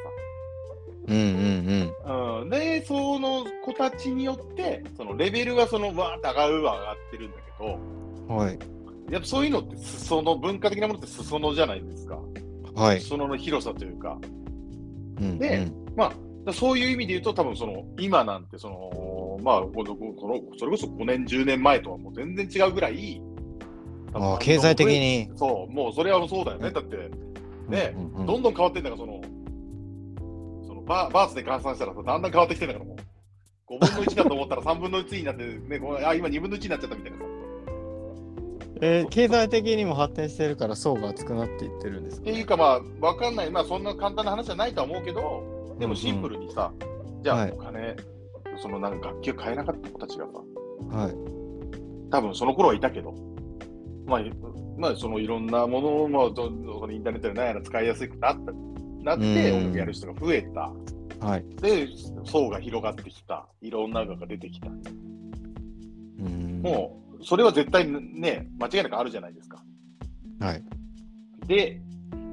[SPEAKER 1] うんうん
[SPEAKER 2] さ、うん、でその子たちによってそのレベルがそのわーって上がるは上がってるんだけど
[SPEAKER 1] うんはい
[SPEAKER 2] やっぱそういうのって裾野文化的なものって裾野じゃないですか
[SPEAKER 1] はい
[SPEAKER 2] 裾野の広さというか
[SPEAKER 1] うん
[SPEAKER 2] で
[SPEAKER 1] うん
[SPEAKER 2] まあだからそういう意味で言うと多分その今なんてそのまあこのこのそれこそ5年10年前とはもう全然違うぐらい多分
[SPEAKER 1] ああ経済的に
[SPEAKER 2] そうもうそれはそうだよねだってね
[SPEAKER 1] うんうんうん
[SPEAKER 2] どんどん変わってんだから、その、そのバーバースで換算したらさ、だんだん変わってきてんだから、もう。5分の1だと思った ら3分の1になって、ね、こうあ今2分の1になっちゃったみたいなさ。
[SPEAKER 1] えー経済的にも発展してるから層が厚くなっていってるんです
[SPEAKER 2] っ
[SPEAKER 1] か
[SPEAKER 2] て
[SPEAKER 1] ね、
[SPEAKER 2] いうか、まあ、わかんない、まあ、そんな簡単な話じゃないとは思うけど、でもシンプルにさ、じゃ
[SPEAKER 1] は
[SPEAKER 2] あ
[SPEAKER 1] い
[SPEAKER 2] お金、そのなんか楽器を買えなかった子たちがさ、
[SPEAKER 1] はい
[SPEAKER 2] 多分その頃はいたけど、まあ、まあ、そのいろんなものを、まあ、どんどんインターネットで何やら使いやすくなった、なって、
[SPEAKER 1] うん
[SPEAKER 2] 音楽やる人が増えた。
[SPEAKER 1] はい
[SPEAKER 2] で、層が広がってきた、いろんなのが出てきた、
[SPEAKER 1] うん
[SPEAKER 2] もうそれは絶対ね、間違いなくあるじゃないですか。
[SPEAKER 1] はい
[SPEAKER 2] で、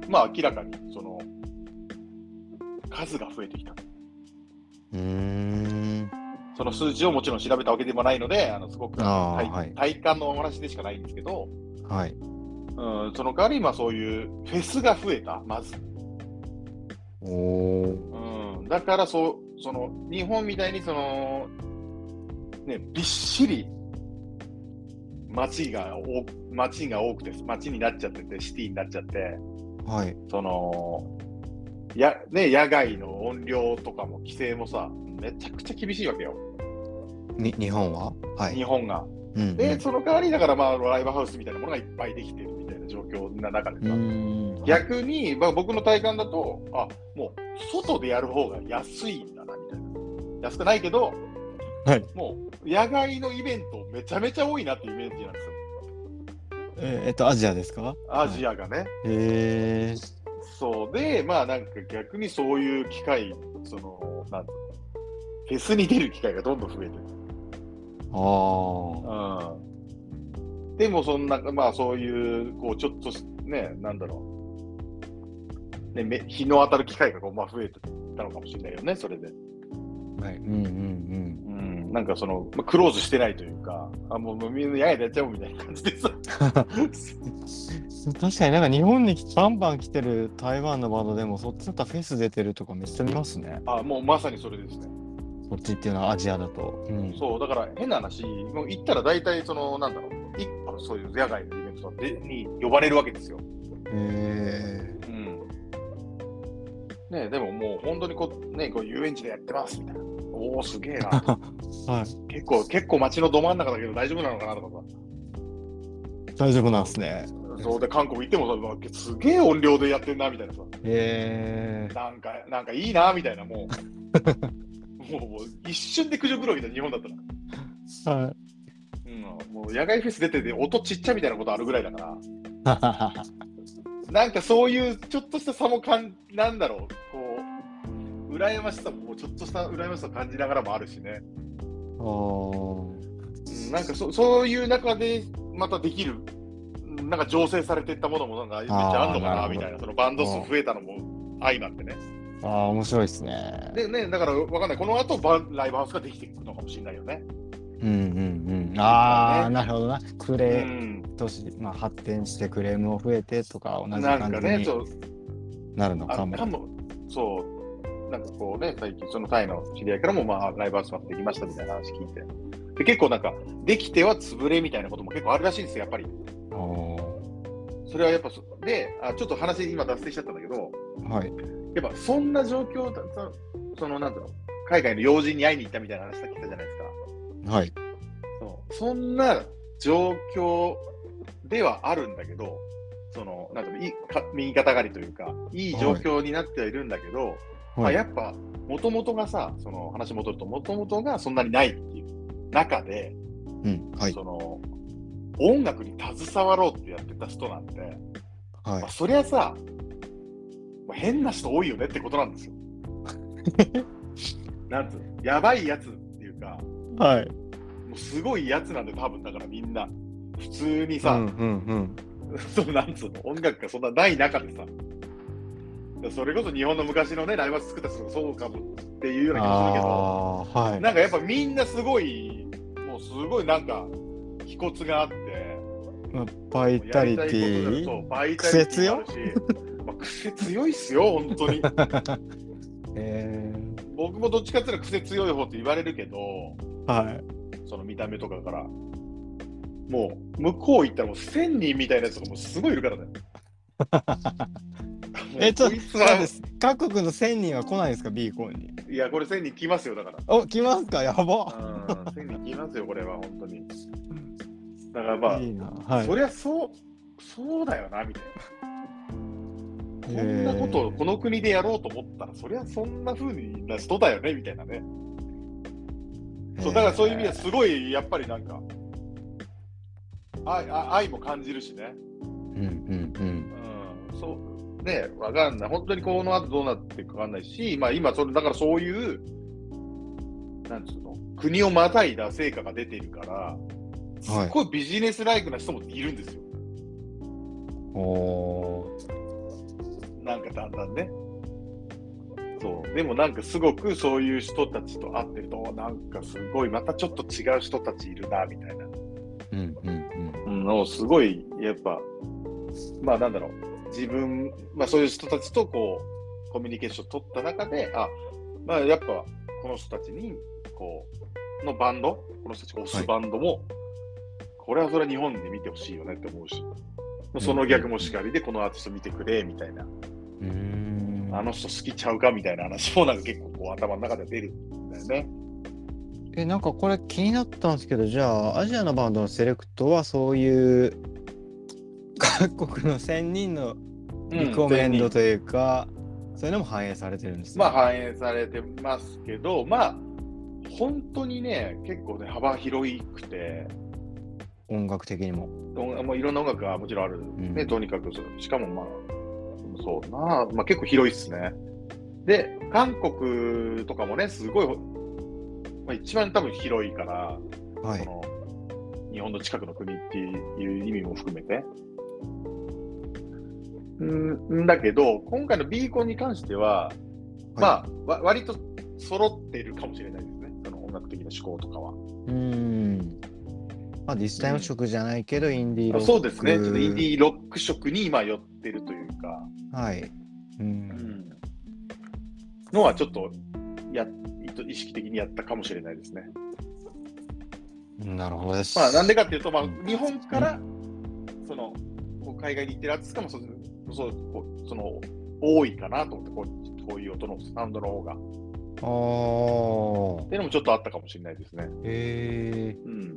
[SPEAKER 2] まあ明らかに、その、数が増えてきた。
[SPEAKER 1] うーん
[SPEAKER 2] その数字をもちろん調べたわけでもないので、あのすごく
[SPEAKER 1] あー
[SPEAKER 2] 体,、
[SPEAKER 1] はい
[SPEAKER 2] 体感のお話でしかないんですけど、
[SPEAKER 1] はい
[SPEAKER 2] うん、その代わり、まあそういうフェスが増えた、まず。
[SPEAKER 1] おお
[SPEAKER 2] うん、だからそう、その、日本みたいに、その、ね、びっしり、街が多く、街が多くて、街になっちゃってて、シティになっちゃって、
[SPEAKER 1] はい
[SPEAKER 2] その、や、ね、野外の音量とかも規制もさ、めちゃくちゃ厳しいわけよ、
[SPEAKER 1] に日本ははい
[SPEAKER 2] 日本が。
[SPEAKER 1] うんうん
[SPEAKER 2] で、その代わり、だから、まあ、ライブハウスみたいなものがいっぱいできてるみたいな状況の中で
[SPEAKER 1] う
[SPEAKER 2] さ、
[SPEAKER 1] ーん
[SPEAKER 2] 逆に、まあ、僕の体感だと、あもう外でやる方が安いんだなみたいな、安くないけど、
[SPEAKER 1] はい
[SPEAKER 2] もう野外のイベント、めちゃめちゃ多いなっていうイメージなんですよ、
[SPEAKER 1] えーえっとアジアですか
[SPEAKER 2] アジアがね。
[SPEAKER 1] へえ
[SPEAKER 2] そうで、まあなんか逆にそういう機会、そのなんていうのフェスに出る機会がどんどん増えてる。
[SPEAKER 1] ああ
[SPEAKER 2] うん、でもそんな、まあそういう、こうちょっとしね、なんだろう、ね、め日の当たる機会がこう、まあ、増えてたのかもしれないよね、それで。
[SPEAKER 1] はいうんうん
[SPEAKER 2] うん、なんかその、まあ、クローズしてないというか、あもうもうみんなややでやっちゃおうみたいな感じでさ。
[SPEAKER 1] うん確かになんか日本に来バンバン来てる台湾のバンドでもそっちだったらフェス出てるとかめっちゃ見ますね
[SPEAKER 2] あもうまさにそれですね。
[SPEAKER 1] そっちっていうのはアジアだとうん
[SPEAKER 2] そう、だから変な話、もう行ったら大体その、なんだろう、一個そういう野外のイベントでに呼ばれるわけですよ。
[SPEAKER 1] へ
[SPEAKER 2] うん。ねでももう本当にこう、ねこう遊園地でやってますみたいな。おお、すげえ な。
[SPEAKER 1] えはい
[SPEAKER 2] 結構、結構街のど真ん中だけど大丈夫なのかなとか
[SPEAKER 1] 大丈夫なんですね
[SPEAKER 2] さ。そうで、韓国行ってもさうわ、すげえ音量でやってんなみたいなさ。
[SPEAKER 1] へえ
[SPEAKER 2] なんか、なんかいいなみたいな、もう。もうもう一瞬で駆除黒みたいな、日本だったら。
[SPEAKER 1] はい
[SPEAKER 2] うん、もう野外フェス出てて、音ちっちゃみたいなことあるぐらいだから、なんかそういうちょっとした差もかん、なんだろう、こう、羨ましさも、ちょっとした羨ましさを感じながらもあるしね。
[SPEAKER 1] あ
[SPEAKER 2] うんなんかそそういう中でまたできる、うんなんか醸成されていったものもなんかめっちゃあんのか
[SPEAKER 1] あ
[SPEAKER 2] な
[SPEAKER 1] ー
[SPEAKER 2] みたいな、そのバンド数増えたのも相まってね。
[SPEAKER 1] あー面白いですね。
[SPEAKER 2] でね、だからわかんない、この後バンライブハウスができていくのかもしれないよね。
[SPEAKER 1] うんうんうん。ああ、
[SPEAKER 2] ね
[SPEAKER 1] なるほどな。ク
[SPEAKER 2] う
[SPEAKER 1] レーム
[SPEAKER 2] ん、
[SPEAKER 1] とし、まあ、発展してクレームも増えてとか同じ
[SPEAKER 2] なん
[SPEAKER 1] 感
[SPEAKER 2] か
[SPEAKER 1] じ
[SPEAKER 2] ね、
[SPEAKER 1] に
[SPEAKER 2] そう
[SPEAKER 1] なるの
[SPEAKER 2] あ
[SPEAKER 1] かも。
[SPEAKER 2] かも、そう、なんかこうね、最近、そのタイの知り合いからも、まあ、ライブハウスまでできましたみたいな話聞いて、で結構なんか、できては潰れみたいなことも結構あるらしいんですよ、やっぱり。
[SPEAKER 1] お
[SPEAKER 2] それはやっぱそ、であ、ちょっと話、今、脱線しちゃったんだけど、
[SPEAKER 1] ーはい。
[SPEAKER 2] やっぱそんな状況だそそのなんだろう海外の要人に会いに行ったみたいな話さっき言ったじゃないですか
[SPEAKER 1] はい。
[SPEAKER 2] そうそんな状況ではあるんだけどそのなんだろういいか右肩上がりというかいい状況になってはいるんだけど、ま
[SPEAKER 1] は
[SPEAKER 2] あ、
[SPEAKER 1] い。
[SPEAKER 2] やっぱもともとがさその話戻るともともとがそんなにないっていう中で、
[SPEAKER 1] うん。はい。
[SPEAKER 2] その音楽に携わろうってやってた人なんて、
[SPEAKER 1] はい
[SPEAKER 2] まあ、。そりゃさ、まあ、変な人多いよねってことな んですよ。なんつうのやばいやつっていうか、も
[SPEAKER 1] はい。
[SPEAKER 2] うすごいやつなんで、多分だからみんな、普通に
[SPEAKER 1] う
[SPEAKER 2] さ、
[SPEAKER 1] んうん
[SPEAKER 2] そのなんつうの、音楽がそんなない中でさ、だからそれこそ日本の昔のね、ライブハウス作った人もそうかもっていうよ
[SPEAKER 1] う。
[SPEAKER 2] うんな気もするけど、
[SPEAKER 1] ああー、はい。
[SPEAKER 2] なんかやっぱみんなすごい、もうすごいなんか、気骨があって、
[SPEAKER 1] バイタリテ
[SPEAKER 2] やりたいことだ
[SPEAKER 1] ィ。
[SPEAKER 2] とバイタリティもあ るし、まあ、癖強いっすよ、本当に。
[SPEAKER 1] え
[SPEAKER 2] 僕もどっちかっていうと癖強い方って言われるけど、
[SPEAKER 1] ー、はい。
[SPEAKER 2] その見た目とかから。もう、向こう行ったらもう1000人みたいなやつとかもうすごいいるからね。もう
[SPEAKER 1] え、ちょっ
[SPEAKER 2] こといつ
[SPEAKER 1] 待っ
[SPEAKER 2] は
[SPEAKER 1] てです。各国の1000人は来ないんですか、ビーコンに。
[SPEAKER 2] いや、これ1000人来ますよ、だから。
[SPEAKER 1] お、来ますか、やば。
[SPEAKER 2] うん、1000人来ますよ、これは、本当に。だからまあ、
[SPEAKER 1] いいな。はい。
[SPEAKER 2] そりゃそう、そうだよな、みたい
[SPEAKER 1] こ
[SPEAKER 2] な。こんなことをこの国でやろうと思ったら、そりゃそんな風にな人だよね、みたいなね。そうだからそういう意味ではすごいやっぱりなんか愛あ愛も感じるしね、
[SPEAKER 1] うんうん
[SPEAKER 2] うん、そうねわかんない本当にこの後どうなっていくかわかんないし、まあ、今それだからそういうなんつうの国をまたいだ成果が出てるからすっごいビジネスライクな人もいるんですよ、
[SPEAKER 1] うん。おー
[SPEAKER 2] なんかだんだんねそうでもなんかすごくそういう人たちと会ってるとなんかすごいまたちょっと違う人たちいるなみたいな。
[SPEAKER 1] うんうんうん。
[SPEAKER 2] のすごいやっぱまあなんだろう自分、まあ、そういう人たちとこうコミュニケーションを取った中であまあやっぱこの人たちにこうのバンドこの人たちが推すバンドも、これはそれは日本で見てほしいよねって思うしその逆もしかりでこのアーティスト見てくれみたいな、
[SPEAKER 1] うーん
[SPEAKER 2] あの人好きちゃうかみたいな話もなんか結構こう頭の中で出るんだよね。
[SPEAKER 1] えなんかこれ気になったんですけどじゃあアジアのバンドのセレクトはそういう各国の1000人のリコメンドというか、そういうのも反映されてるんですね
[SPEAKER 2] まあ反映されてますけど、まあ本当にね、結構ね、幅広いくて、
[SPEAKER 1] 音楽的にも。
[SPEAKER 2] 音もういろんな音楽がもちろんある、ね、
[SPEAKER 1] うん
[SPEAKER 2] とにかくそう、しかもまあ、そうな、まあ結構広いですね。で、韓国とかもね、すごい、まあ、一番多分広いから、
[SPEAKER 1] は
[SPEAKER 2] そ
[SPEAKER 1] い。
[SPEAKER 2] の日本の近くの国っていう意味も含めて。うんんだけど、今回のビーコンに関しては、まあ、わ割と揃っているかもしれないですね、その音楽的な思考とかは。
[SPEAKER 1] うーん。まあディスタイム色じゃないけど、インディーロック。
[SPEAKER 2] そうですね、ちょっとインディーロック色に今寄ってるというか、
[SPEAKER 1] はい。うん。
[SPEAKER 2] のはちょっとや意識的にやったかもしれないですね。
[SPEAKER 1] なるほどです。
[SPEAKER 2] まあ、なんでかっていうと、まあ、日本から、そのこう海外に行ってるアーティストかもそうそうこうその多いかなと思ってこう、こういう音のサウンドの方が。っ
[SPEAKER 1] ああ。
[SPEAKER 2] ていうのもちょっとあったかもしれないですね。
[SPEAKER 1] へえ。
[SPEAKER 2] うん、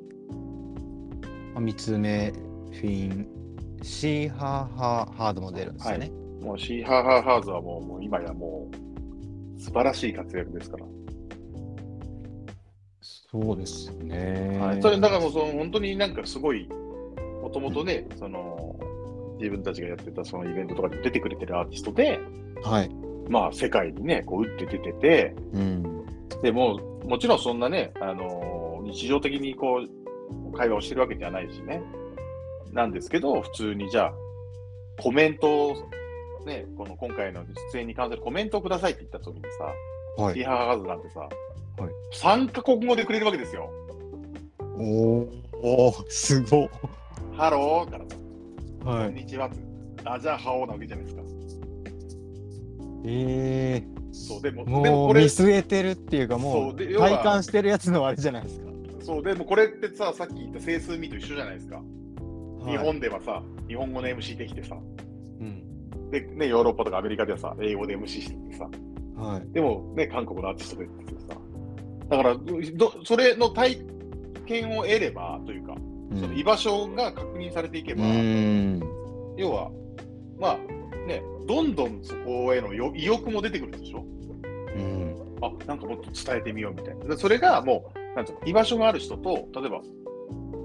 [SPEAKER 1] あ三つ目、フィン、シーハーハーハードも出るんですよね。
[SPEAKER 2] もうシーハーハーハーズはもうもう今やもう素晴らしい活躍ですから。
[SPEAKER 1] そうですね。
[SPEAKER 2] はい、それだからもうその本当になんかすごい、もともとね、その自分たちがやってたそのイベントとかに出てくれてるアーティストで、
[SPEAKER 1] はい。
[SPEAKER 2] まあ、世界にね、こう打って出てて、
[SPEAKER 1] うん。
[SPEAKER 2] でもうもちろんそんなね、あのー日常的にこう、会話をしてるわけではないしね。なんですけど、普通にじゃあ、コメントを、ね、この今回の出演に関するコメントをくださいって言った時にさ、
[SPEAKER 1] は
[SPEAKER 2] リ
[SPEAKER 1] い。
[SPEAKER 2] ハーガーズなんてさ、
[SPEAKER 1] い
[SPEAKER 2] 3カ国語でくれるわけですよ。
[SPEAKER 1] おお、すごっ。
[SPEAKER 2] ハローから、
[SPEAKER 1] は
[SPEAKER 2] こん
[SPEAKER 1] い。
[SPEAKER 2] にちは。あ、じゃあ、ハオなわけじゃないですか。
[SPEAKER 1] えー、
[SPEAKER 2] そう、でも、で
[SPEAKER 1] も
[SPEAKER 2] もこ
[SPEAKER 1] う見
[SPEAKER 2] れ、
[SPEAKER 1] 据えてるっていうか、も
[SPEAKER 2] そう
[SPEAKER 1] う
[SPEAKER 2] で要は
[SPEAKER 1] 体感してるやつのあれじゃないですか。
[SPEAKER 2] そう、でもこれってさ、さっき言った整数ミーと一緒じゃないですか。
[SPEAKER 1] は
[SPEAKER 2] 日
[SPEAKER 1] い、
[SPEAKER 2] 本ではさ、日本語の MC できてさ、
[SPEAKER 1] うん。
[SPEAKER 2] で、ね、ヨーロッパとかアメリカではさ、英語で MC しててさ、
[SPEAKER 1] はい。
[SPEAKER 2] でもね、韓国のアーティストでってさ、だからど、それの体験を得ればというか、
[SPEAKER 1] うん
[SPEAKER 2] その居場所が確認されていけば、
[SPEAKER 1] うん。
[SPEAKER 2] 要は、まあ、ね、どんどんそこへのよ意欲も出てくるでしょ
[SPEAKER 1] うん。
[SPEAKER 2] あ、なんかもっと伝えてみようみたいな。でそれがもう、なんていうの居場所がある人と、例えば、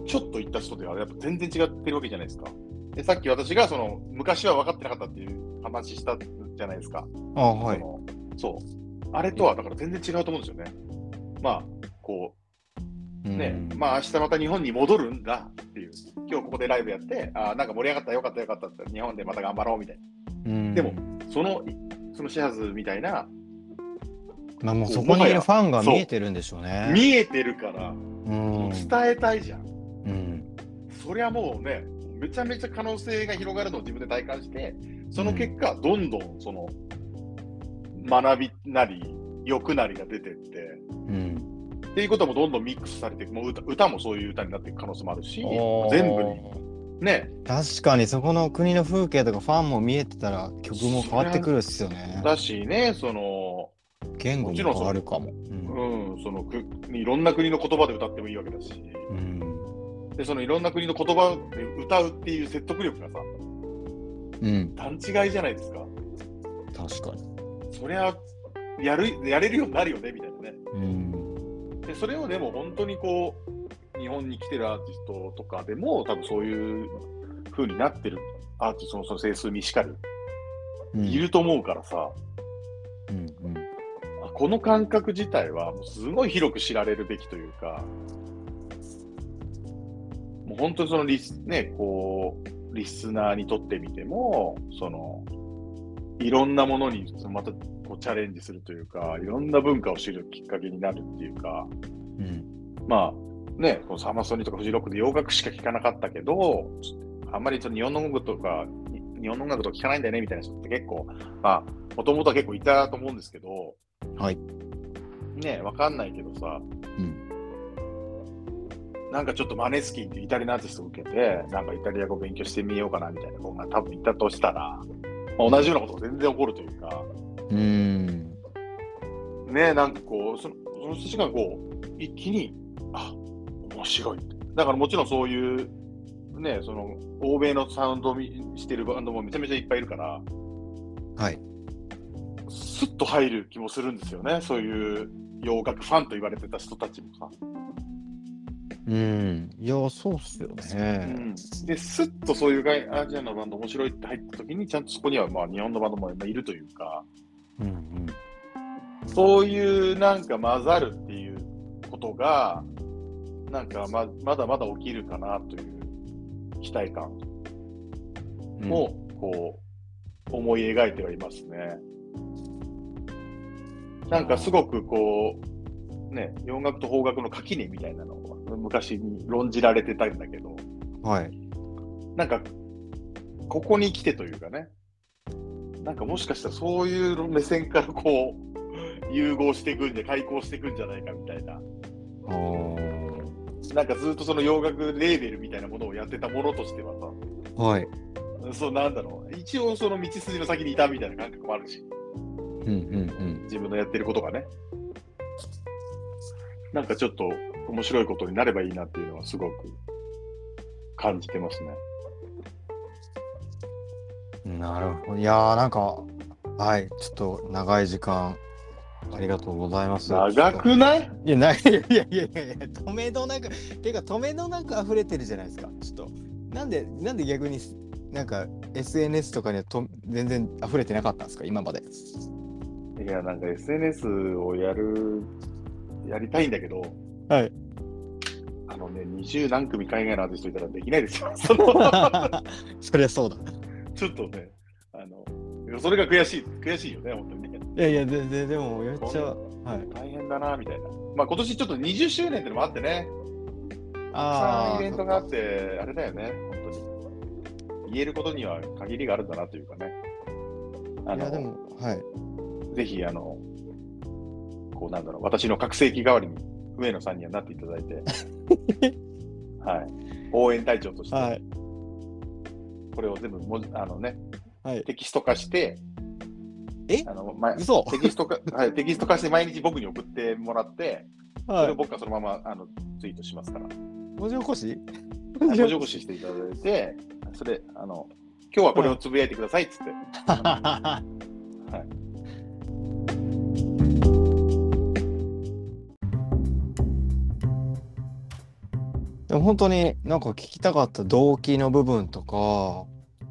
[SPEAKER 2] ちょっと行った人ではやっぱ全然違ってるわけじゃないですか。でさっき私がその昔は分かってなかったっていう話したじゃないですか。
[SPEAKER 1] あ、はい
[SPEAKER 2] そ。のそう。あれとはだから全然違うと思うんですよね。まあ、こうね、まあ明日また日本に戻るんだっていう。今日ここでライブやって、あーなんか盛り上がった、よかった、よかったって、日本でまた頑張ろうみたいな。
[SPEAKER 1] うん
[SPEAKER 2] でも、その、そのシェアズみたいな、
[SPEAKER 1] まあ、もう
[SPEAKER 2] そ
[SPEAKER 1] そ
[SPEAKER 2] う
[SPEAKER 1] こにい
[SPEAKER 2] もはや
[SPEAKER 1] るファンが
[SPEAKER 2] そう
[SPEAKER 1] 見えてるんでしょうね。
[SPEAKER 2] 見えてるから、
[SPEAKER 1] うん。
[SPEAKER 2] 伝えたいじゃん。
[SPEAKER 1] うん。
[SPEAKER 2] そりゃもうね、めちゃめちゃ可能性が広がるのを自分で体感して、その結果、どんどんその学びなり、欲なりが出てって、
[SPEAKER 1] うん。
[SPEAKER 2] っていうこともどんどんミックスされていく、もう歌歌もそういう歌になっていく可能性もあるし、
[SPEAKER 1] おー
[SPEAKER 2] 全部にね、
[SPEAKER 1] 確かにそこの国の風景とかファンも見えてたら曲も変わってくるっすよね。
[SPEAKER 2] だしね、その、
[SPEAKER 1] 言語も変わるかも。
[SPEAKER 2] うん、そのく、いろんな国の言葉で歌ってもいいわけだし、
[SPEAKER 1] うん。
[SPEAKER 2] で、そのいろんな国の言葉で歌うっていう説得力がさ、
[SPEAKER 1] うん。うん
[SPEAKER 2] 段違いじゃないですか。
[SPEAKER 1] 確かに。
[SPEAKER 2] そりゃ、やる、やれるようになるよね、みたいなね。
[SPEAKER 1] うん。
[SPEAKER 2] でそれをでも本当にこう日本に来てるアーティストとかでも多分そういう風になってるアーティストのその整数にしかる、
[SPEAKER 1] うん
[SPEAKER 2] いると思うからさ
[SPEAKER 1] うんうん
[SPEAKER 2] あこの感覚自体はもうすごい広く知られるべきというかもう本当にそのリス,、ね、こうリスナーにとってみてもそのいろんなものにそのまたこうチャレンジするというかいろんな文化を知るきっかけになるっていうか。
[SPEAKER 1] うん。
[SPEAKER 2] まあね、このサマソニーとかフジロックで洋楽しか聴かなかったけど、あんまりちょっと日本の音楽とか、に日本の音楽とか聴かないんだよねみたいな人って結構、まあ、もともとは結構いたと思うんですけど、
[SPEAKER 1] はい。
[SPEAKER 2] ね、わかんないけどさ、
[SPEAKER 1] うん
[SPEAKER 2] なんかちょっとマネスキンっていうイタリアのアーティストを受けて、なんかイタリア語勉強してみようかなみたいな子が多分いたとしたら、まあ同じようなことが全然起こるというか、
[SPEAKER 1] うん。
[SPEAKER 2] ねなんかこうそのその人たちがこう一気にあ面白いってだからもちろんそういうねその欧米のサウンドをみしてるバンドもめちゃめちゃいっぱいいるから
[SPEAKER 1] はい。
[SPEAKER 2] スッと入る気もするんですよねそういう洋楽ファンと言われてた人たちもさ、
[SPEAKER 1] うん。いや、そうっすよ
[SPEAKER 2] う
[SPEAKER 1] ね。
[SPEAKER 2] ん、でスッとそういう外アジアのバンド面白いって入った時にちゃんとそこにはまあ日本のバンドもいるというか
[SPEAKER 1] うんうん。
[SPEAKER 2] そういうなんか混ざるっていうことがなんかままだまだ起きるかなという期待感
[SPEAKER 1] うん
[SPEAKER 2] も、こう、思い描いてはいますね。なんかすごくこう、ね、洋楽と邦楽の垣根みたいなのが昔に論じられてたんだけど、
[SPEAKER 1] はい。
[SPEAKER 2] なんか、ここに来てというかね、なんかもしかしたらそういう目線からこう、融合していくんで、開口していくんじゃないかみたいな、
[SPEAKER 1] あー
[SPEAKER 2] なんかずっとその洋楽レーベルみたいなものをやってたものとしては
[SPEAKER 1] はい。
[SPEAKER 2] さ、そうなんだろう、一応その道筋の先にいたみたいな感覚もあるし、
[SPEAKER 1] うんうん
[SPEAKER 2] 自分のやってることがね、なんかちょっと面白いことになればいいなっていうのはすごく感じてますね。
[SPEAKER 1] うん。なるほど。いやー、なんか、はい。ちょっと長い時間、ありがとうございます。
[SPEAKER 2] 長くない
[SPEAKER 1] いや、ない、いやいやいやいや、止めどなく、ていうか、止めどなく溢れてるじゃないですか。ちょっと、なんで、なんで逆に、なんか、SNS とかにはと全然溢れてなかったんですか、今まで。
[SPEAKER 2] いや、なんか SNS をやる、やりたいんだけど、
[SPEAKER 1] はい。
[SPEAKER 2] あのね、20何組海外のアーティストいたらできな いですよ。その
[SPEAKER 1] そりゃそうだ。
[SPEAKER 2] ちょっとね、あの、それが悔しい、悔しいよね、本当にね。
[SPEAKER 1] いやいや、全然、でも、めっちゃ、はい。
[SPEAKER 2] 大変だな、みたいな。まあ今年ちょっと20周年ってのもあってね、たくさんイベントがあっ
[SPEAKER 1] ー
[SPEAKER 2] て、あれだよね、本当に。言えることには限りがあるんだなというかね。あ
[SPEAKER 1] いや、で
[SPEAKER 2] の、
[SPEAKER 1] も、はい。
[SPEAKER 2] ぜひ、あの、こうなんだろう、私の拡声器代わりに、上野さんにはなっていただい て、はい。応援隊長として、
[SPEAKER 1] はい。
[SPEAKER 2] これを全部文字、あのね、
[SPEAKER 1] はい。
[SPEAKER 2] テキスト化して、
[SPEAKER 1] え
[SPEAKER 2] あの、ま、テ
[SPEAKER 1] 嘘
[SPEAKER 2] キスト化、はい、テキスト化して毎日僕に送ってもらって、そ
[SPEAKER 1] は
[SPEAKER 2] れを
[SPEAKER 1] い。
[SPEAKER 2] 僕はそのままあのツイートしますから、
[SPEAKER 1] 文字起こし
[SPEAKER 2] 文字起こししていただいて、それ、あの、今日はこれをつぶやいてくださいっつって、
[SPEAKER 1] でも本当になんか聞きたかった動機の部分とか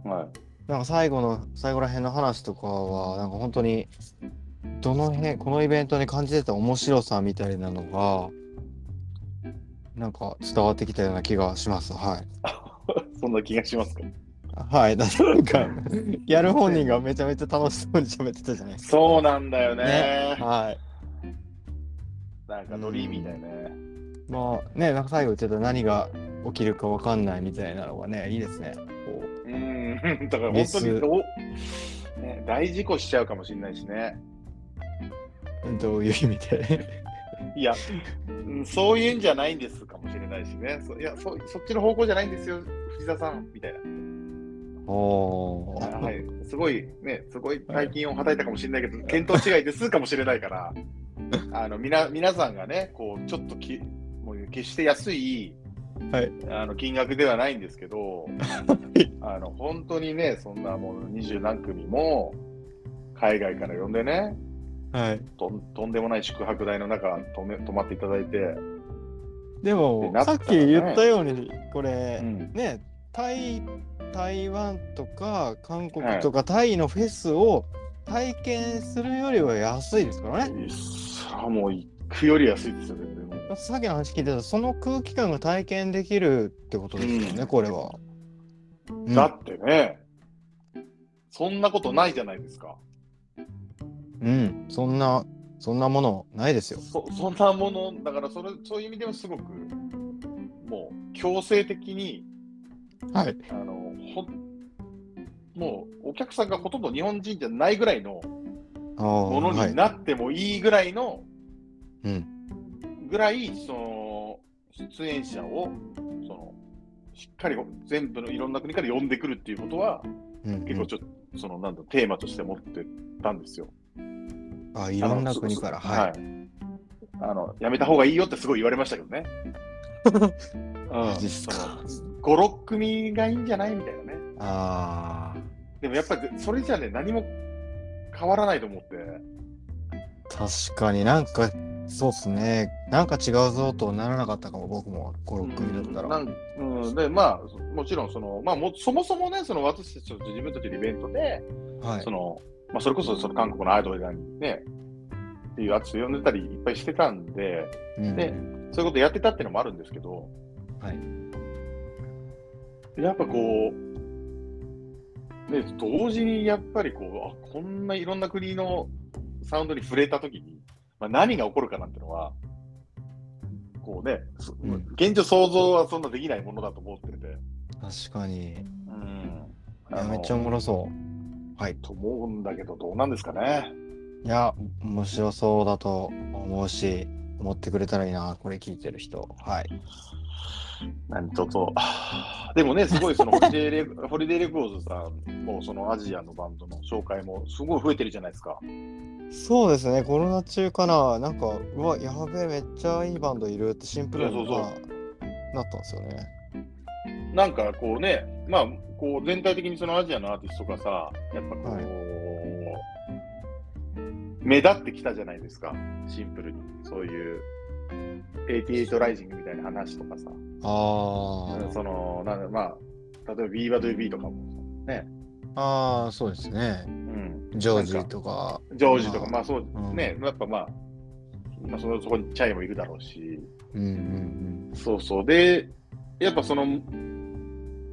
[SPEAKER 2] はい、
[SPEAKER 1] なんか最後の最後ら辺の話とかはなんか本当にどの辺このイベントに感じてた面白さみたいなのがなんか伝わってきたような気がしますはい
[SPEAKER 2] そんな気がしますか。
[SPEAKER 1] はいだってなん かやる本人がめちゃめちゃ楽しそうに喋ってたじゃないです
[SPEAKER 2] そうなんだよね。
[SPEAKER 1] かはい
[SPEAKER 2] なんかノリみたいね。
[SPEAKER 1] まあねなんか最後言ってた何が起きるかわかんないみたいなのがねいいですねこ
[SPEAKER 2] うん、だから本当
[SPEAKER 1] リ
[SPEAKER 2] に
[SPEAKER 1] ス
[SPEAKER 2] どう、ね、大事故しちゃうかもしれないしね。
[SPEAKER 1] うどういう意味で
[SPEAKER 2] いや、うんそういうんじゃないんですかもしれないしね。そいやそ、そっちの方向じゃないんですよ、藤田さんみたいな。
[SPEAKER 1] おー
[SPEAKER 2] はい、すごいね、すごい大金をはたいたかもしれないけど、見当違いですかもしれない から、あのみな皆さんがね、こうちょっときもう決して安い、
[SPEAKER 1] はい
[SPEAKER 2] あの金額ではないんですけど、あの本当にね、そんなもう二十何組も海外から呼んでね、
[SPEAKER 1] はい
[SPEAKER 2] とんとんでもない宿泊代の中泊め、泊まっていただいて、
[SPEAKER 1] で
[SPEAKER 2] って
[SPEAKER 1] も
[SPEAKER 2] なった
[SPEAKER 1] さ
[SPEAKER 2] ら
[SPEAKER 1] っき
[SPEAKER 2] ね
[SPEAKER 1] 言ったようにこれ、
[SPEAKER 2] うん
[SPEAKER 1] ね台台湾とか韓国とかタイのフェスを体験するよりは安いですからね。
[SPEAKER 2] それはもう行くより安いですよ、全然。
[SPEAKER 1] さっきの話聞いてたその空気感が体験できるってことですよね、
[SPEAKER 2] うん
[SPEAKER 1] これは。うん
[SPEAKER 2] だってね、そんなことないじゃないですか。
[SPEAKER 1] うん、そんなそんなものないですよ。
[SPEAKER 2] そそんなもの、だからそれそういう意味ではすごく、もう強制的に、
[SPEAKER 1] はい。
[SPEAKER 2] あのほんもうお客さんがほとんど日本人じゃないぐらいの
[SPEAKER 1] ああ、
[SPEAKER 2] もの
[SPEAKER 1] は
[SPEAKER 2] に
[SPEAKER 1] い。
[SPEAKER 2] なってもいいぐらいの、
[SPEAKER 1] うん。
[SPEAKER 2] ぐらい、その出演者をそのしっかり全部のいろんな国から呼んでくるっていうことは、
[SPEAKER 1] うん
[SPEAKER 2] 結構ちょっと、そのなんだテーマとして持ってたんですよ。
[SPEAKER 1] あいろんな国から。
[SPEAKER 2] あの
[SPEAKER 1] はい。
[SPEAKER 2] あのやめた方がいいよってすごい言われましたけどね。うん
[SPEAKER 1] マジっすか
[SPEAKER 2] その5、6組がいいんじゃないみたいなね。
[SPEAKER 1] あ
[SPEAKER 2] でもやっぱりそれじゃね、何も変わらないと思って。
[SPEAKER 1] あ、確かになんかそうっすね。なんか違うぞとならなかったかも、僕も5、6組だったら。
[SPEAKER 2] なんうん、で、まあ、そもちろんその、まあもう、そもそもね、その私たちの自分たちのイベントで、
[SPEAKER 1] はい
[SPEAKER 2] そ。のまあ、それこそその韓国のアイドルだにね、っていうアーティスト呼んでたりいっぱいしてたんで、
[SPEAKER 1] うん
[SPEAKER 2] でそういうことやってたっていうのもあるんですけど、
[SPEAKER 1] はい
[SPEAKER 2] やっぱこう、ね、同時にやっぱりこうあこんないろんな国のサウンドに触れたときに、まあ、何が起こるかなんてのは、こうね、そ
[SPEAKER 1] うん
[SPEAKER 2] 現状想像はそんなできないものだと思ってて、
[SPEAKER 1] 確かに。い
[SPEAKER 2] うん、
[SPEAKER 1] や
[SPEAKER 2] あの
[SPEAKER 1] めっちゃおもろそう。
[SPEAKER 2] と思うんだけど、どうなんですかね。
[SPEAKER 1] いや、面白そうだと思うし、思ってくれたらいいな、これ聞いてる人。はい。
[SPEAKER 2] なんとと。でもね、すごいそのホリデーレホリデーレコーズさんも、そのアジアのバンドの紹介もすごい増えてるじゃないですか。
[SPEAKER 1] そうですね、コロナ中かな、なんか、うわ、やべえ、めっちゃいいバンドいるってシンプルに
[SPEAKER 2] いやそうそう
[SPEAKER 1] まあなったんですよね。
[SPEAKER 2] なんかこうね、まあ、こう全体的にそのアジアのアーティストがさ、やっぱこう、
[SPEAKER 1] は
[SPEAKER 2] 目立ってきたじゃないですか、シンプルに。そういう88ライジングみたいな話とかさ、
[SPEAKER 1] あ
[SPEAKER 2] その、なんだまあ、例えばビーバードゥービーとかもさ、ね、
[SPEAKER 1] あ、ああ、そうですね。
[SPEAKER 2] うん、
[SPEAKER 1] ジョージとか。
[SPEAKER 2] ジョージとか、ま
[SPEAKER 1] まあ
[SPEAKER 2] あそう、
[SPEAKER 1] うん
[SPEAKER 2] ね、やっぱまあ、まあ、そのそこにチャイもいるだろうし、
[SPEAKER 1] うんうん
[SPEAKER 2] そうそう。で、やっぱその、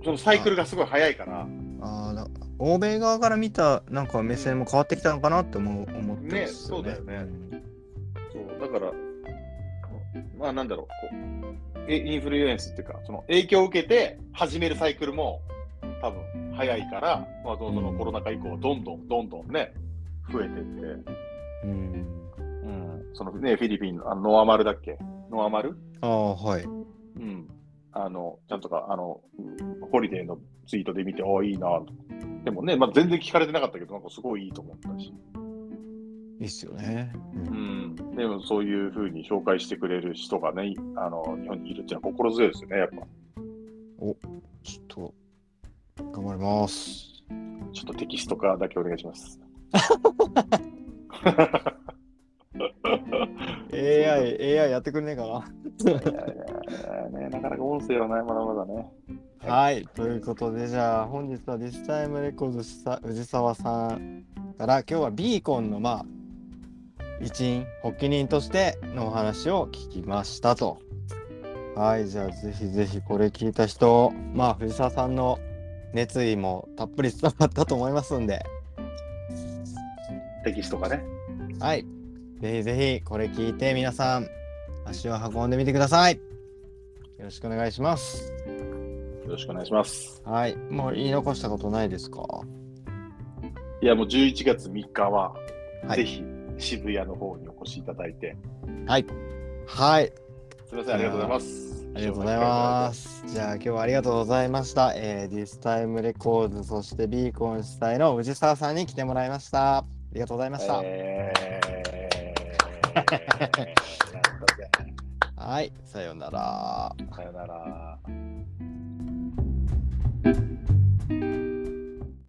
[SPEAKER 2] そのサイクルがすごい早いから、
[SPEAKER 1] あーだ欧米側から見たなんか目線も変わってきたのかなって思う思ってます
[SPEAKER 2] ねそうだよねそうだから、まあなんだろうこう、えインフルエンスっていうか、その影響を受けて始めるサイクルも多分早いから、まあ、その
[SPEAKER 1] うん
[SPEAKER 2] コロナ禍以降、どんどんどんどんね、増えてって、
[SPEAKER 1] うん。
[SPEAKER 2] うん、そのね、フィリピンのあのノアマルだっけノアマル
[SPEAKER 1] ああ、はい。
[SPEAKER 2] うん。あの、ちゃんとか、あの、うんホリデーのツイートで見て、ああ、いいなと。でもね、まあ、全然聞かれてなかったけど、なんかすごいいいと思ったし。
[SPEAKER 1] いいっすよね。
[SPEAKER 2] うん、でもそういうふうに紹介してくれる人がね、いあの日本にいるっていうのは心強いですよね、やっぱ。
[SPEAKER 1] ちょっと、頑張ります。
[SPEAKER 2] ちょっとテキスト化だけお願いします。
[SPEAKER 1] AI、AI やってくんねえかな。
[SPEAKER 2] ね、 なかなか音声はない、まだまだね。
[SPEAKER 1] はい、ということで、じゃあ本日はディスタイムレコードさ藤沢さんから今日はビーコンのまあ一員、発起人としてのお話を聞きましたと。はい、じゃあぜひぜひこれ聞いた人、まあ藤沢さんの熱意もたっぷり伝わったと思いますんで、
[SPEAKER 2] テキストがね。
[SPEAKER 1] はい、ぜひぜひこれ聞いて皆さん足を運んでみてください。よろしくお願いします。
[SPEAKER 2] よろしくお願いします。
[SPEAKER 1] はい、もう言い残したことないですか
[SPEAKER 2] いや、もう11月3日は、
[SPEAKER 1] はい
[SPEAKER 2] ぜひ渋谷の方にお越しいただいて、
[SPEAKER 1] はい、
[SPEAKER 2] すみません、ありがとうございます。
[SPEAKER 1] ありがとうございます。じゃあ今日はありがとうございました。えー、ディスタイムレコードそしてビーコン主催の藤沢さんに来てもらいました。ありがとうございました。
[SPEAKER 2] えーなんだぜ
[SPEAKER 1] はい、さようなら。
[SPEAKER 2] さよなら。